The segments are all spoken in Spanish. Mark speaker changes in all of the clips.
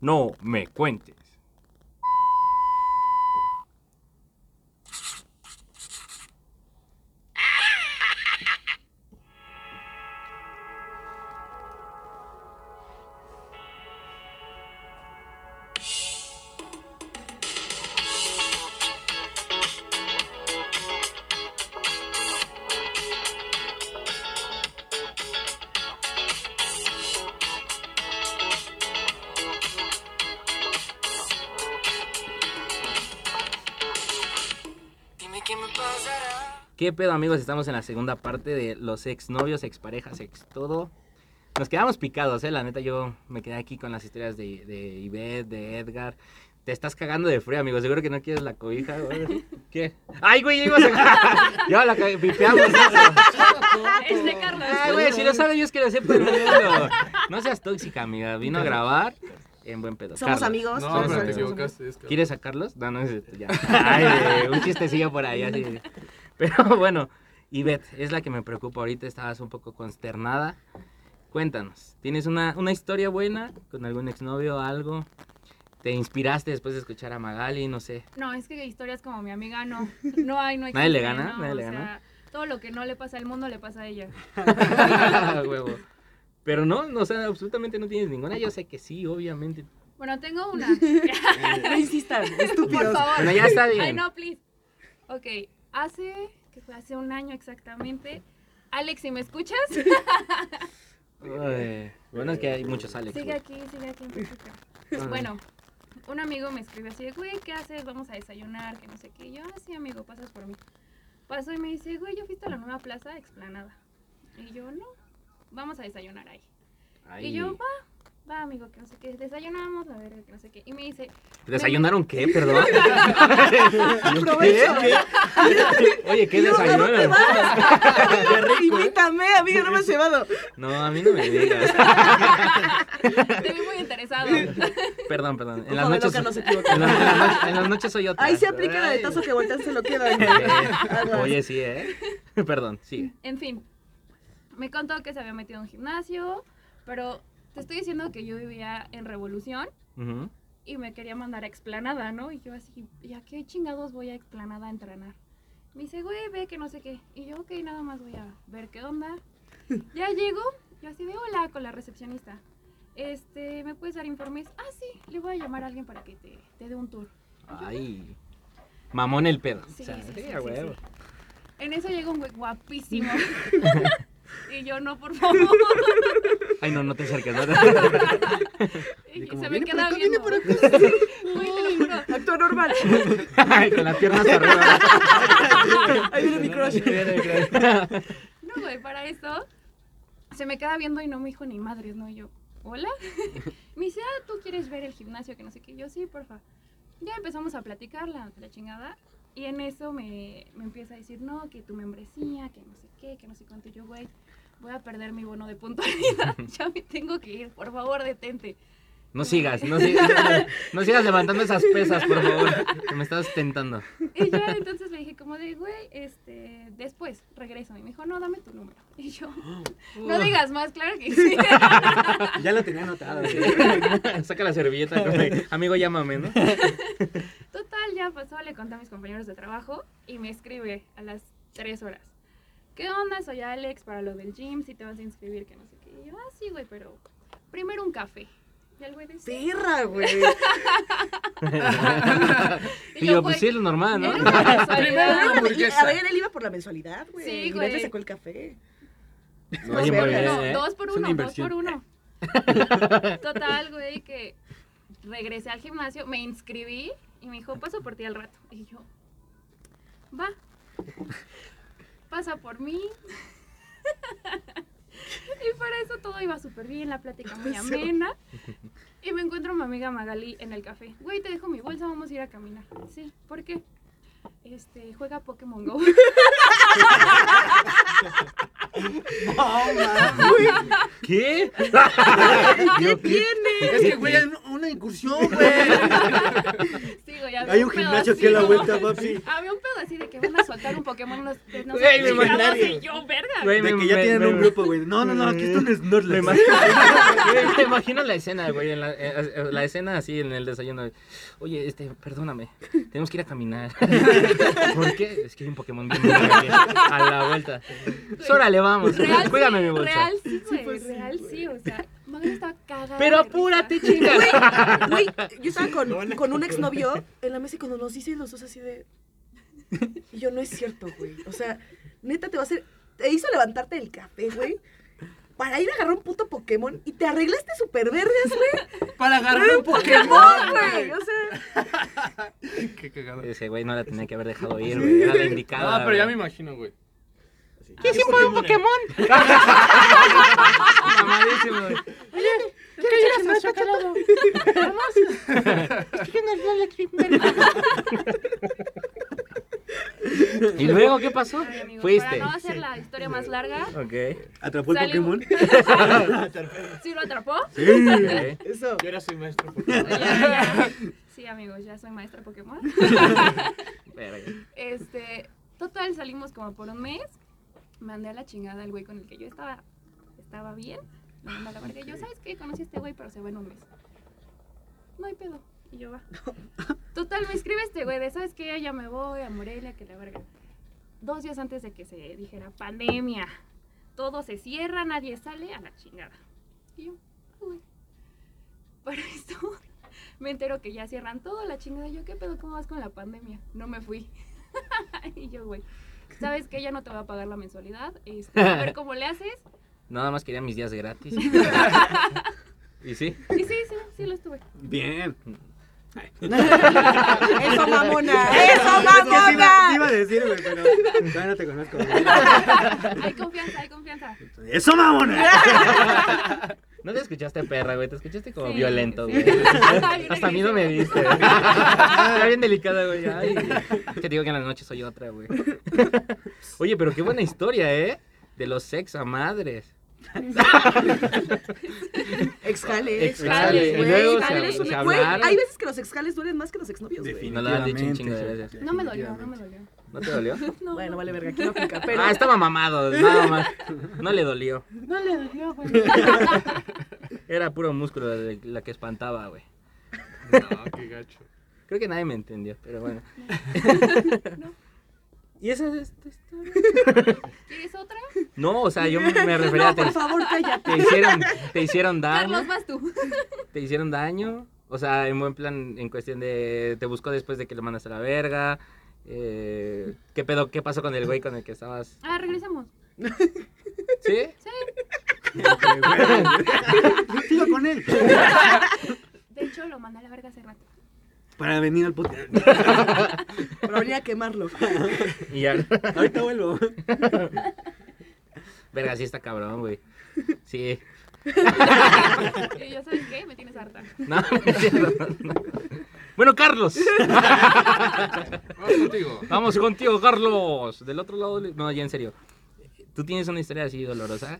Speaker 1: No me cuentes.
Speaker 2: Dime qué me pasará.
Speaker 1: ¿Qué pedo, amigos? Estamos en la segunda parte de los exnovios, exparejas, ex todo. Nos quedamos picados, ¿eh? La neta, yo me quedé aquí con las historias de, de Ivette, de Edgar. Te estás cagando de frío, amigos. Seguro que no quieres la cobija, güey. ¿Qué? ¡Ay, güey! Ya ibas a... Yo la cagué, pipeamos.
Speaker 3: Es de Carlos.
Speaker 1: Ay, güey, si lo sabe Dios que lo sepa el mundo. No seas tóxica, amiga. Vino a grabar en buen pedo.
Speaker 4: Somos
Speaker 1: Carlos.
Speaker 4: amigos.
Speaker 5: No,
Speaker 4: somos
Speaker 5: pero te
Speaker 4: amigos.
Speaker 5: equivocaste. Es que-
Speaker 1: ¿Quieres a Carlos? No, no es cierto, ya. Ay, eh, un chistecillo por ahí, así. Pero bueno, Ivette, es la que me preocupa ahorita, estabas un poco consternada. Cuéntanos, ¿tienes una, una historia buena con algún exnovio o algo? ¿Te inspiraste después de escuchar a Magali? No sé.
Speaker 3: No, es que historias como mi amiga no. No hay, no hay.
Speaker 1: Nadie le gana, nadie le gana.
Speaker 3: todo lo que no le pasa al mundo le pasa a ella.
Speaker 1: Huevo. Pero no, no, o sea, absolutamente no tienes ninguna. Yo sé que sí, obviamente.
Speaker 3: Bueno, tengo una.
Speaker 4: No insistan,
Speaker 3: Por
Speaker 4: estúpidos.
Speaker 3: favor.
Speaker 1: Bueno, ya está
Speaker 3: Ay,
Speaker 1: bien.
Speaker 3: no, please. Ok, hace, que fue hace un año exactamente. Alex, si me escuchas,
Speaker 1: Ay, bueno, es que hay muchos Alex.
Speaker 3: sigue
Speaker 1: güey.
Speaker 3: aquí, sigue aquí. me escucha. Bueno, un amigo me escribe así de, güey, ¿qué haces? Vamos a desayunar, que no sé qué. Y Yo, "Ah, sí, amigo, pasas por mí. Pasó y me dice, güey, yo fuiste a la nueva plaza explanada. Y yo, no, vamos a desayunar ahí.
Speaker 1: Ay.
Speaker 3: Y yo, va, va, amigo, que no sé qué. Desayunamos, a ver, que no sé qué. Y me dice,
Speaker 1: ¿Desayunaron qué? Perdón. ¿Qué?
Speaker 4: Aprovecha.
Speaker 1: ¿Qué? Oye, ¿qué
Speaker 4: Luego, ¿a dónde
Speaker 1: desayunaron?
Speaker 4: vas? Invítame, amiga, no me has llevado.
Speaker 1: No, a mí no me digas.
Speaker 3: te vi muy interesado.
Speaker 1: Perdón, perdón. En
Speaker 4: Ojo
Speaker 1: las
Speaker 4: de
Speaker 1: noches.
Speaker 4: loca no se
Speaker 1: En las, en las
Speaker 4: equivoca.
Speaker 1: noches- en las noches soy otra.
Speaker 4: Ahí se aplica la de
Speaker 1: Ay.
Speaker 4: tazo que volteas se lo queda.
Speaker 1: Eh, Oye, sí, ¿eh? Perdón, sigue.
Speaker 3: En fin, me contó que se había metido en un gimnasio, pero te estoy diciendo que yo vivía en Revolución
Speaker 1: Ujú.
Speaker 3: y me quería mandar a Explanada, ¿no? Y yo así, ¿y a qué chingados voy a Explanada a entrenar? Me dice, güey, ve que no sé qué. Y yo, ok, nada más voy a ver qué onda. Ya llego, yo así de hola con la recepcionista. Este, ¿me puedes dar informes? Ah, sí, le voy a llamar a alguien para que te, te dé un tour.
Speaker 1: Ay. Mamón el pedo.
Speaker 3: Sí,
Speaker 1: O sea,
Speaker 3: sí, sí,
Speaker 1: a
Speaker 3: sí,
Speaker 1: huevo.
Speaker 3: En eso llega un güey guapísimo. y yo, no, por favor.
Speaker 1: Ay, no, no te acerques. ¿no?
Speaker 3: Y
Speaker 5: como,
Speaker 3: se me
Speaker 5: "Viene por
Speaker 3: queda
Speaker 5: acá,
Speaker 3: viendo.
Speaker 5: viene
Speaker 3: Güey, te lo juro.
Speaker 4: Actor normal.
Speaker 1: Ay, con las piernas arriba.
Speaker 4: Ahí viene mi crush.
Speaker 3: No, güey, para eso. Se me queda viendo y no me dijo ni madres, ¿no? Y yo, ¿hola? me dice, ah, ¿tú quieres ver el gimnasio? Que no sé qué. Yo, sí, porfa. Ya empezamos a platicar la, la chingada. Y en eso me, me empieza a decir, no, que tu membresía, que no sé qué, que no sé cuánto. Yo, güey, voy a perder mi bono de puntualidad. ya me tengo que ir, por favor, detente.
Speaker 1: No sigas, no sigas, no sigas levantando esas pesas, por favor. Que me estás tentando.
Speaker 3: Y ya entonces le dije como de, güey, este, después regreso. Y me dijo, no, dame tu número. Y yo, no digas más, claro que sí.
Speaker 5: Ya la tenía anotada. sí.
Speaker 1: Saca la servilleta. güey. Amigo, llámame, ¿no?
Speaker 3: Total, ya pasó, le conté a mis compañeros de trabajo y me escribe a las 3 horas. ¿Qué onda? Soy Alex para lo del gym, si te vas a inscribir, que no sé qué. Y yo, ah, sí, güey, pero primero un café. Y el güey dice,
Speaker 4: Perra, güey.
Speaker 1: Y yo, pues
Speaker 3: güey,
Speaker 1: sí, lo normal,
Speaker 3: era
Speaker 1: ¿no?
Speaker 3: una casualidad.
Speaker 4: Primero una
Speaker 5: hamburguesa.
Speaker 4: A ver, él iba por la mensualidad, güey.
Speaker 3: Sí,
Speaker 4: Y
Speaker 3: güey.
Speaker 4: le sacó el café.
Speaker 1: No, Oye, muy bien,
Speaker 3: No,
Speaker 1: ¿eh?
Speaker 3: dos por
Speaker 5: Es una
Speaker 3: uno, dos
Speaker 5: inversión.
Speaker 3: por uno. Total, güey, que regresé al gimnasio, me inscribí y me dijo, paso por ti al rato. Y yo, va, pasa por mí. Y para eso todo iba súper bien, la plática muy amena. Y me encuentro a mi amiga Magali en el café. Güey, te dejo mi bolsa, vamos a ir a caminar. Sí, ¿por qué? Este, juega Pokémon Go.
Speaker 4: No, mames.
Speaker 1: ¿Qué?
Speaker 4: ¿Qué tiene?
Speaker 5: Es que, güey, un- un una incursión, güey.
Speaker 3: Sí, güey, había
Speaker 5: Hay un
Speaker 3: pedo
Speaker 5: gimnasio
Speaker 3: así,
Speaker 5: que a la
Speaker 3: ¿no?
Speaker 5: vuelta, papi.
Speaker 3: Había un pedo así de que van a soltar un Pokémon unos, de no sé
Speaker 1: Güey,
Speaker 3: qué chingados,
Speaker 5: imaginario.
Speaker 3: y yo, verga.
Speaker 1: Güey,
Speaker 5: De
Speaker 1: me-
Speaker 5: que ya
Speaker 1: me-
Speaker 5: tienen
Speaker 1: me-
Speaker 5: un grupo, güey. No, no, no, aquí está un
Speaker 1: Me
Speaker 5: Snorlax.
Speaker 1: imagino, me imagino la escena, güey, en la, eh, eh, la escena así en el desayuno. Oye, este, perdóname, tenemos que ir a caminar. ¿Por qué? Es que hay un Pokémon bien bueno aquí, a la vuelta. Pues, Órale, vamos.
Speaker 3: Real,
Speaker 1: Cuídame
Speaker 3: sí,
Speaker 1: mi bolsa.
Speaker 3: Real sí, güey.
Speaker 4: pues, sí,
Speaker 3: real sí, o sea. Magno estaba cagada.
Speaker 1: Pero
Speaker 3: de risa.
Speaker 1: apúrate, chinga.
Speaker 4: Güey, yo estaba con, con un exnovio en la mesa y cuando nos dicen los dos así de. Y yo, no es cierto, güey. O sea, neta te va a hacer. Te hizo levantarte del café, güey. Para ir a agarrar un puto Pokémon y te arreglaste súper verdes, güey.
Speaker 5: Para agarrar un
Speaker 4: Pokémon, güey. O sea,
Speaker 2: Qué cagada.
Speaker 1: Ese güey no la tenía que haber dejado ir, güey. Era la indicada.
Speaker 2: Ah, pero ya me
Speaker 1: güey.
Speaker 2: imagino, güey.
Speaker 1: ¿Qué sí fue un Pokémon? Mamadísimo, güey. ¿Y luego qué pasó?
Speaker 3: Ay, amigo,
Speaker 1: Fuiste.
Speaker 3: Para no hacer la historia más larga,
Speaker 1: Ok.
Speaker 5: ¿Atrapó el
Speaker 3: Sale-
Speaker 5: Pokémon?
Speaker 3: ¿sí lo atrapó?
Speaker 1: Ok.
Speaker 4: eso.
Speaker 2: Yo era soy maestro.
Speaker 3: Ya, ya. Sí, amigos, ya soy maestra Pokémon.
Speaker 1: Verga.
Speaker 3: Este, total, salimos como por un mes. Mandé a la chingada al güey con el que yo estaba. Estaba bien. Lo mandé a la verga. Y yo, ¿sabes qué? Conocí a este güey, pero se va en un mes. No hay pedo. Y yo va. Total, me escribe este güey de, ¿sabes qué? Ya me voy a Morelia, que la verga. Dos días antes de que se dijera pandemia. Todo se cierra, nadie sale a la chingada. Y yo, "Ah, güey. Para esto me entero que ya cierran todo a la chingada. Yo, ¿qué pedo? ¿Cómo vas con la pandemia? No me fui. y yo, güey, ¿sabes que Ya no te voy a pagar la mensualidad. Este, a ver cómo le haces.
Speaker 1: Nada más quería mis días gratis. ¿Y sí?
Speaker 3: Y sí, sí, sí lo estuve.
Speaker 5: Bien.
Speaker 4: Eso, mamona. Eso,
Speaker 5: Te iba, te iba
Speaker 4: mamona.
Speaker 5: a decir, güey, pero todavía no te conozco. güey.
Speaker 3: Hay confianza, hay confianza.
Speaker 5: ¡Eso, mamona!
Speaker 1: No te escuchaste perra, güey. Te escuchaste como
Speaker 3: Sí,
Speaker 1: violento,
Speaker 3: sí.
Speaker 1: güey.
Speaker 3: Bien
Speaker 1: Hasta miedo me
Speaker 3: agresivo.
Speaker 1: diste. güey. Está bien delicada, güey. Ay, te digo que en la noche soy otra, güey. Oye, pero qué buena historia, ¿eh? De los sex a madres.
Speaker 4: Exjales.
Speaker 1: Exjales,
Speaker 3: y
Speaker 4: güey.
Speaker 3: luego
Speaker 4: Jales
Speaker 3: se-
Speaker 4: es un-
Speaker 1: se
Speaker 4: güey,
Speaker 1: hablaron.
Speaker 4: Hay veces que los exjales duelen más que los exnovios, güey.
Speaker 1: No lo han dicho un chingo de veces.
Speaker 3: No me dolió, no me dolió.
Speaker 1: ¿No te dolió?
Speaker 3: No,
Speaker 4: Bueno,
Speaker 3: no.
Speaker 4: vale, verga, aquí no aplica, pero...
Speaker 1: Ah, estaba mamado, nada más. No le dolió.
Speaker 4: No le dolió, güey.
Speaker 1: Era puro músculo la- la que espantaba, güey.
Speaker 2: No, qué gacho.
Speaker 1: Creo que nadie me entendió, pero bueno. ¿Y esa es tu historia?
Speaker 3: ¿Quieres otra?
Speaker 1: No, o sea, yo me me refería a
Speaker 4: No,
Speaker 1: te,
Speaker 4: por favor, cállate.
Speaker 1: te hicieron, te hicieron daño,
Speaker 3: Carlos, vas tú.
Speaker 1: te hicieron daño, o sea, en buen plan, en cuestión de, te buscó después de que lo mandaste a la verga, eh, ¿qué pedo, qué pasó con el güey con el que estabas?
Speaker 3: Ah, regresamos.
Speaker 1: ¿Sí?
Speaker 5: Sigo con él.
Speaker 3: De hecho, lo mandé a la verga hace rato.
Speaker 5: Para venir al podcast.
Speaker 4: Pero venía a quemarlo.
Speaker 1: Y ya,
Speaker 5: Ahorita vuelvo.
Speaker 1: verga, sí está cabrón, güey. Sí.
Speaker 3: Y yo, ¿sabes qué? Me tienes harta.
Speaker 1: No, no es cierto. Bueno, Carlos,
Speaker 2: Vamos contigo.
Speaker 1: vamos contigo, Carlos. Del otro lado, del- no, ya en serio. ¿Tú tienes una historia así dolorosa?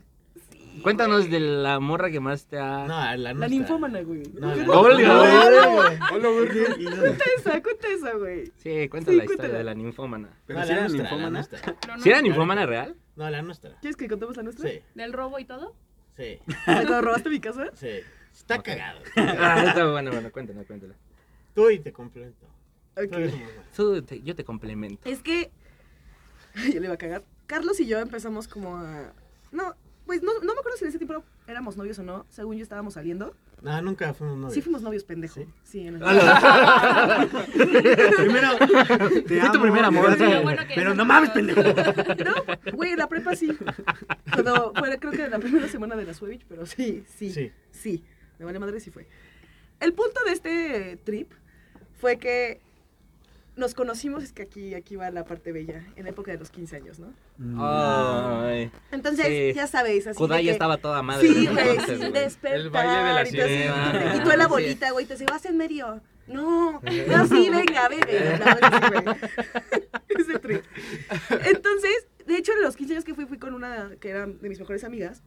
Speaker 1: Cuéntanos de la morra que más te ha...
Speaker 5: No, la
Speaker 4: La ninfómana, güey.
Speaker 5: No, la-
Speaker 2: Hola, güey.
Speaker 4: Cuenta esa, cuenta esa, güey.
Speaker 1: Sí, cuenta
Speaker 4: Sí,
Speaker 1: la historia
Speaker 4: cuéntala.
Speaker 1: de la ninfómana.
Speaker 5: Pero si era ninfómana.
Speaker 3: Pero no.
Speaker 1: ¿Si era ninfómana real?
Speaker 6: No, la nuestra.
Speaker 4: ¿Quieres que contemos la nuestra?
Speaker 6: Sí,
Speaker 3: ¿Del robo y todo?
Speaker 6: sí,
Speaker 4: ¿De cuando robaste mi casa?
Speaker 6: sí. Está cagado.
Speaker 1: Ah, está bueno, bueno, cuéntala, cuéntala.
Speaker 6: Tú y te complemento. Tú
Speaker 4: Ok.
Speaker 6: eres muy bueno.
Speaker 1: Tú te- yo te complemento.
Speaker 4: Es que... Yo le iba a cagar. Carlos y yo empezamos como a... No, pues no, no me acuerdo si en ese tiempo éramos novios o no. Según yo estábamos saliendo.
Speaker 6: No, nunca fuimos novios.
Speaker 4: Sí fuimos novios, pendejo. Sí, en el...
Speaker 5: Primero, te
Speaker 1: Fue tu primer amor.
Speaker 5: gracias.
Speaker 1: Pero
Speaker 3: bueno que-
Speaker 5: Pero no mames, pendejo.
Speaker 4: No, güey, en la prepa sí. Cuando fue, creo que en la primera semana de la Suevich, pero sí, sí, sí.
Speaker 6: Sí.
Speaker 4: Me vale madre si fue. El punto de este trip fue que nos conocimos, es que aquí, aquí va la parte bella, en la época de los 15 años, ¿no?
Speaker 5: Mm.
Speaker 1: Ah, Ay,
Speaker 4: Entonces,
Speaker 1: Sí.
Speaker 4: ya sabéis, así.
Speaker 1: Kodai
Speaker 4: de
Speaker 1: ya
Speaker 4: que-
Speaker 1: estaba toda madre.
Speaker 4: Sí,
Speaker 1: ¿no?
Speaker 4: güey,
Speaker 1: Entonces,
Speaker 4: sin
Speaker 1: güey.
Speaker 4: despertar.
Speaker 2: El baile de la
Speaker 4: y, tú así-
Speaker 1: sirena.
Speaker 4: y tú en la
Speaker 1: Sí.
Speaker 4: bolita, güey, te dice, vas en medio. No, no, sí, venga, bebe. La verdad sí, güey. Ese trip. Entonces, de hecho, en los 15 años que fui, fui con una que era de mis mejores amigas.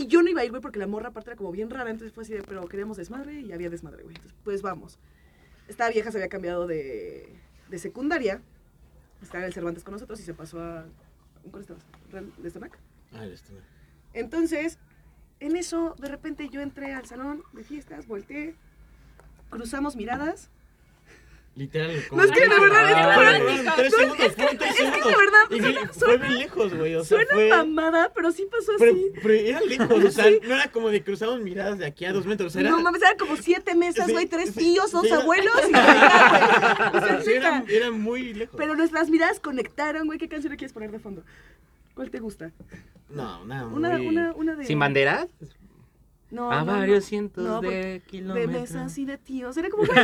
Speaker 4: Y yo no iba a ir, güey, porque la morra aparte era como bien rara, entonces fue así de, pero queríamos desmadre y había desmadre, güey. Entonces, pues vamos. Esta vieja se había cambiado de, de secundaria, estaba en el Cervantes con nosotros y se pasó a... ¿Un cuál estabas? ¿Real de Estamac?
Speaker 6: Ah, el estómago.
Speaker 4: Entonces, en eso, de repente yo entré al salón de fiestas, volteé, cruzamos miradas.
Speaker 6: Literal.
Speaker 4: No, es que de verdad, es-
Speaker 6: Ay,
Speaker 3: fueron-
Speaker 6: fueron tres
Speaker 4: no, es
Speaker 6: segundos,
Speaker 4: que-
Speaker 6: fueron tres
Speaker 4: es que de
Speaker 6: segundos.
Speaker 4: verdad,
Speaker 6: Y
Speaker 4: suena-
Speaker 6: vi- fue
Speaker 4: suena-
Speaker 6: bien lejos, güey. O sea,
Speaker 4: Suena
Speaker 6: fue.
Speaker 4: mamada, pero sí pasó
Speaker 6: Pero,
Speaker 4: así.
Speaker 6: pero era lejos, o sea, no era como de cruzamos miradas de aquí a dos metros, era.
Speaker 4: No mames, eran como siete mesas,
Speaker 6: Sí,
Speaker 4: güey, tres
Speaker 6: sí,
Speaker 4: tíos, dos
Speaker 6: sí, era-
Speaker 4: abuelos y la verga, güey. O sea,
Speaker 6: Sí, era,
Speaker 4: neta.
Speaker 6: era muy lejos.
Speaker 4: Pero nuestras miradas conectaron, güey. ¿Qué canción le quieres poner de fondo? ¿Cuál te gusta?
Speaker 6: No, nada,
Speaker 4: Una,
Speaker 6: muy-
Speaker 4: una, una de.
Speaker 1: ¿Sin banderas?
Speaker 4: No,
Speaker 1: a
Speaker 4: no, no.
Speaker 1: varios cientos
Speaker 4: No, porque-
Speaker 1: de
Speaker 4: de
Speaker 1: kilómetros.
Speaker 4: mesas y de tíos. Era como, güey.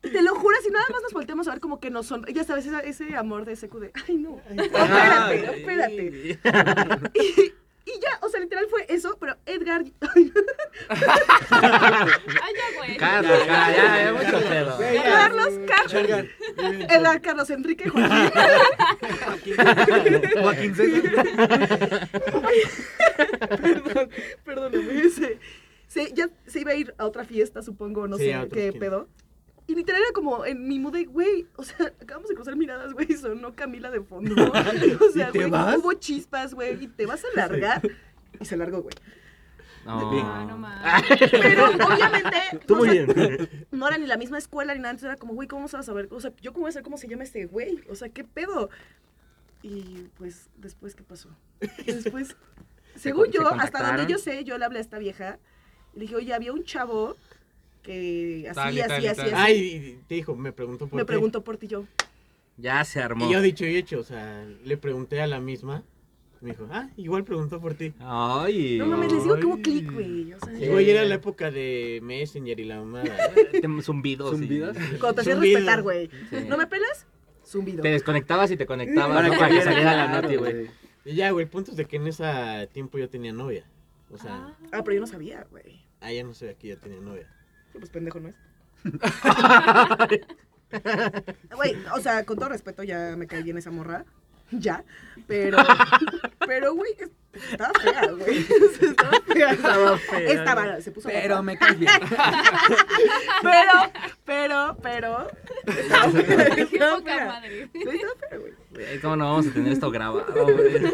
Speaker 4: Te lo juro, si nada más nos volteamos a ver como que nos son. Ya sabes, esa- ese amor de SQD. Ay, no.
Speaker 1: Ah,
Speaker 4: Espérate, espérate.
Speaker 1: sí.
Speaker 4: Y ya, o sea, literal fue eso, pero Edgar.
Speaker 3: Ay, ya, güey.
Speaker 1: Carlos, ya, ya, ya, mucho
Speaker 6: Carlos.
Speaker 1: pedo.
Speaker 6: Güey,
Speaker 4: Carlos, Carlos.
Speaker 6: Chargan.
Speaker 4: Edgar, Carlos Enrique, Joaquín.
Speaker 5: Joaquín César.
Speaker 4: Perdón, perdóname. Se, se- ya se iba a ir a otra fiesta, supongo, no
Speaker 6: Sí, a
Speaker 4: sé
Speaker 6: otra
Speaker 4: qué
Speaker 6: esquina.
Speaker 4: pedo. Y literal era como en mi mood de, güey, o sea, acabamos de cruzar miradas, güey, y sonó Camila de fondo. O sea,
Speaker 6: ¿Y te
Speaker 4: güey,
Speaker 6: vas?
Speaker 4: hubo chispas, güey, y te vas a largar. Y se largó, güey.
Speaker 1: No.
Speaker 3: No, no mames.
Speaker 4: Pero obviamente.
Speaker 5: Tú
Speaker 4: o
Speaker 5: muy
Speaker 4: sea,
Speaker 5: bien.
Speaker 4: no era ni la misma escuela ni nada, entonces era como, güey, ¿cómo se va a saber? O sea, yo cómo voy a saber cómo se llama este güey, o sea, ¿qué pedo? Y pues, después, ¿qué pasó? Después, según
Speaker 1: con-
Speaker 4: yo,
Speaker 1: se
Speaker 4: hasta
Speaker 1: contactaron.
Speaker 4: donde yo sé, yo le hablé a esta vieja, y le dije, oye, había un chavo que así,
Speaker 2: Tal y
Speaker 4: así,
Speaker 2: tal y
Speaker 4: así,
Speaker 2: tal.
Speaker 4: así,
Speaker 6: Ay, Ah, y te dijo, me preguntó por
Speaker 4: me
Speaker 6: qué.
Speaker 4: preguntó por ti yo.
Speaker 1: Ya se armó.
Speaker 6: Y yo dicho y hecho, o sea, le pregunté a la misma. Me dijo, ah, igual preguntó por ti.
Speaker 1: Ay.
Speaker 4: No mames, les digo que hubo
Speaker 6: Ay.
Speaker 4: click, güey, o sea,
Speaker 6: Y güey, era la época de Messenger y la mamada. ¿eh?
Speaker 1: Te- Zumbidos.
Speaker 5: ¿Zumbidos?
Speaker 1: sí.
Speaker 4: cuando te hacías
Speaker 6: Zumbido.
Speaker 4: respetar, güey.
Speaker 1: Sí.
Speaker 4: ¿No me pelas? Zumbido.
Speaker 1: Te desconectabas y te conectabas
Speaker 5: Para
Speaker 1: ¿no?
Speaker 5: que
Speaker 1: para Ah, que
Speaker 5: vieran,
Speaker 1: saliera la
Speaker 5: claro,
Speaker 1: noti, güey.
Speaker 6: Y ya, güey, el punto es de que en ese tiempo yo tenía novia. O sea,
Speaker 4: Ah, pero yo no sabía, güey.
Speaker 6: ah, ya no sé, aquí ya tenía novia.
Speaker 4: Pues pendejo no es. Güey, o sea, con todo respeto, ya me caí en esa morra. Ya. Pero, pero, güey, es- estaba fea, güey. Estaba fea.
Speaker 5: Estaba fea,
Speaker 4: Estaba, se puso
Speaker 5: Pero
Speaker 4: guapa.
Speaker 5: me caes bien.
Speaker 4: Pero, pero, pero. Estaba fea.
Speaker 3: Qué
Speaker 4: Estaba
Speaker 3: poca
Speaker 4: fea.
Speaker 3: madre.
Speaker 4: Estaba fea, güey.
Speaker 1: Güey, ¿Cómo no vamos a tener esto grabado, güey?
Speaker 2: No,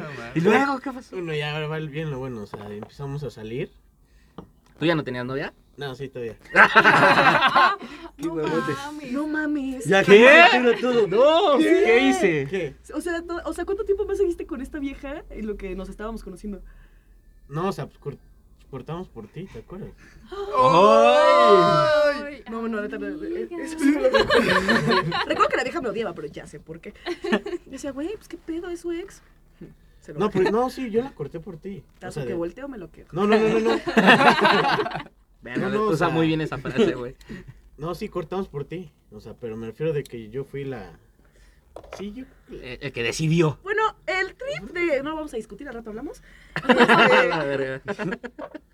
Speaker 2: man.
Speaker 1: ¿Y luego qué pasó?
Speaker 6: Bueno, ya ahora va bien lo bueno, o sea, empezamos a salir.
Speaker 1: ¿Tú ya no tenías novia?
Speaker 6: No, sí, todavía.
Speaker 5: Qué
Speaker 3: No
Speaker 5: huevotes.
Speaker 3: mames.
Speaker 4: No mames.
Speaker 5: Ya que todo. No,
Speaker 4: ¿Qué?
Speaker 5: ¿qué hice?
Speaker 6: ¿Qué?
Speaker 4: O sea, no- o sea, ¿cuánto tiempo más seguiste con esta vieja en lo que nos estábamos conociendo?
Speaker 6: No, o sea, pues, cort- cortamos por ti, ¿te acuerdas?
Speaker 3: Ay,
Speaker 4: No, no, neta, no, eh,
Speaker 3: amiga.
Speaker 4: eso sí no lo recuerdo. Recuerdo que la vieja me odiaba, pero ya sé por qué. Yo decía, güey, pues qué pedo, es su ex. Se lo
Speaker 6: No, pues no, sí, yo la corté por ti. O
Speaker 4: Tanto
Speaker 6: sea,
Speaker 4: que
Speaker 6: de-
Speaker 4: volteo me lo quedo.
Speaker 6: No, no, no, no, no.
Speaker 1: Verga,
Speaker 6: No, no, o
Speaker 1: usa
Speaker 6: sea-
Speaker 1: muy bien esa frase, güey.
Speaker 6: No, sí, cortamos por ti. O sea, pero me refiero de que yo fui la... Sí, yo...
Speaker 1: El, el que decidió.
Speaker 4: Bueno, el trip de. No vamos a discutir, al rato hablamos.
Speaker 1: La
Speaker 4: Este,
Speaker 1: verga.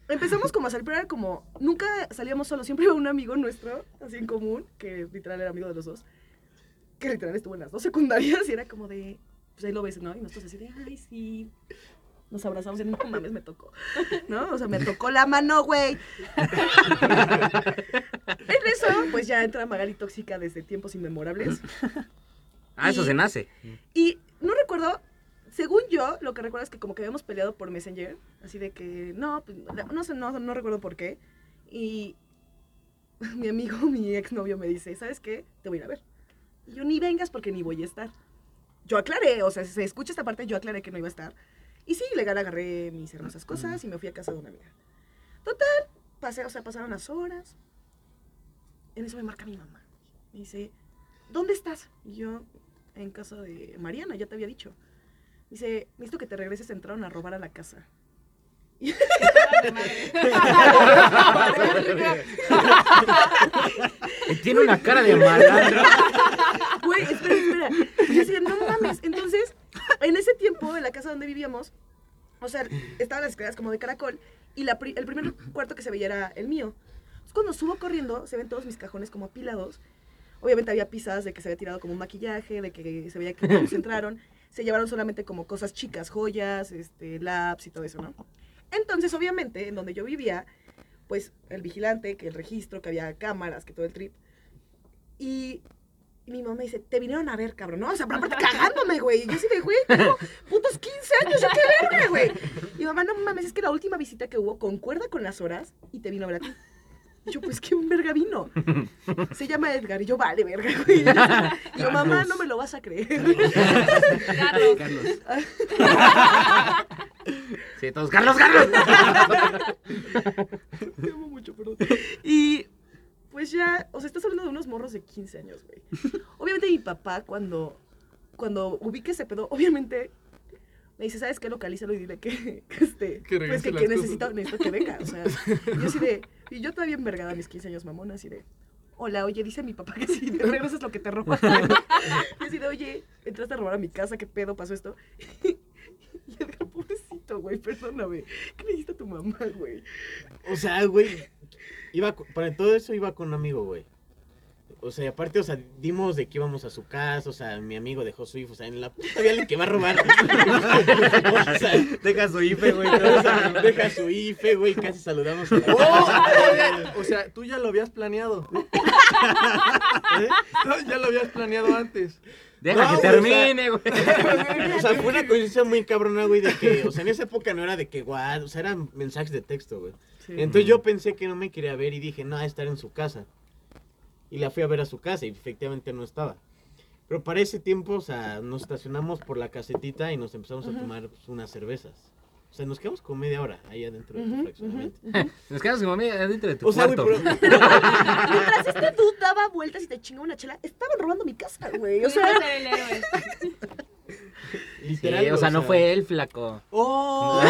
Speaker 4: empezamos como a salir, pero era como. Nunca salíamos solos, siempre iba un amigo nuestro, así en común, que literal era amigo de los dos, que literal estuvo en las dos secundarias y era como de. Pues ahí lo ves, ¿no? Y nosotros así de, ay, sí. Nos abrazamos y no mames, me tocó. ¿No? O sea, me tocó la mano, güey. en eso, pues ya entra Magali tóxica desde tiempos inmemorables.
Speaker 1: Ah, eso se nace.
Speaker 4: Y no recuerdo, según yo, lo que recuerdo es que como que habíamos peleado por Messenger, así de que no, pues, no sé, no, no recuerdo por qué. Y mi amigo, mi exnovio me dice, ¿sabes qué? Te voy a ir a ver. Y yo ni vengas porque ni voy a estar. Yo aclaré, o sea, si se escucha esta parte, yo aclaré que no iba a estar. Y sí, legal, agarré mis hermosas cosas y me fui a casa de una amiga. Total, pasé, o sea, pasaron las horas. En eso me marca mi mamá. Me dice, ¿dónde estás? Y yo, en casa de Mariana, ya te había dicho. Dice, necesito que te regreses, entraron a robar a la casa.
Speaker 1: Y tiene una cara de malandro.
Speaker 4: Güey, espera, espera. Y yo decía, no mames. Entonces, en ese tiempo, en la casa donde vivíamos, o sea, estaban las escaleras como de caracol y la pri- el primer cuarto que se veía era el mío. Entonces, cuando subo corriendo, se ven todos mis cajones como apilados. Obviamente había pisadas de que se había tirado como un maquillaje, de que se veía que todos entraron. se llevaron solamente como cosas chicas, joyas, este, labs y todo eso, ¿no? Entonces, obviamente, en donde yo vivía, pues el vigilante, que el registro, que había cámaras, que todo el trip. Y mi mamá me dice, te vinieron a ver, cabrón, ¿no? O sea, pero aparte cagándome, güey. Y yo así de, güey, tengo putos 15 años, yo qué verga, güey. Y mi mamá, no mames, es que la última visita que hubo concuerda con las horas y te vino a ver a ti. Y yo, pues, ¿qué un verga vino? Se llama Edgar. Y yo, vale, verga, güey. Y yo, mamá, no me lo vas a creer.
Speaker 3: Carlos.
Speaker 1: Carlos. sí, todos, Carlos, Carlos.
Speaker 4: Te amo mucho, perdón. Y pues ya, o sea, estás hablando de unos morros de 15 años, güey. Obviamente mi papá cuando, cuando ubique ese pedo, obviamente me dice, ¿sabes qué? Localízalo y dile que, que este,
Speaker 2: Que
Speaker 4: pues
Speaker 2: regrese
Speaker 4: que,
Speaker 2: las
Speaker 4: que
Speaker 2: cosas".
Speaker 4: necesito, necesito que venga. O sea, yo así de, y yo todavía envergada a mis 15 años mamona, así de, hola, oye, dice mi papá que si te regresas lo que te roban. y así de, oye, entraste a robar a mi casa, ¿qué pedo pasó esto? Y Edgar, pobrecito, güey, perdóname. ¿Qué le dijiste a tu mamá, güey?
Speaker 6: O sea, güey, iba co- para todo eso iba con un amigo, güey. O sea, y aparte, o sea, dimos de que íbamos a su casa, o sea, mi amigo dejó su hijo, o sea, en la puta vida le que va a robar. o sea,
Speaker 5: Deja su IFE, güey.
Speaker 6: o sea, deja su IFE, güey, casi saludamos a la-
Speaker 2: O sea, tú ya lo habías planeado. No, ya lo habías planeado antes.
Speaker 1: Deja
Speaker 6: No,
Speaker 1: que
Speaker 6: güey, o
Speaker 1: termine, güey.
Speaker 6: O sea, fue una coincidencia muy cabrona, güey, de que, o sea, en esa época no era de que, guau, o sea, eran mensajes de texto, güey. Entonces yo pensé que no me quería ver y dije, no, ha de estar en su casa. Y la fui a ver a su casa y efectivamente no estaba. Pero para ese tiempo, o sea, nos estacionamos por la casetita y nos empezamos a tomar pues, unas cervezas. O sea, nos quedamos con media hora ahí adentro del fraccionamiento.
Speaker 1: Nos quedamos como media dentro de tu
Speaker 6: O sea, güey,
Speaker 1: cuarto.
Speaker 6: pero-
Speaker 4: Mientras este dude daba vueltas y te chingaba una chela, estaban robando mi casa, güey. O sea,
Speaker 3: ser el héroe.
Speaker 1: Sí,
Speaker 6: literal,
Speaker 1: o sea, no fue él, flaco.
Speaker 6: ¡Oh!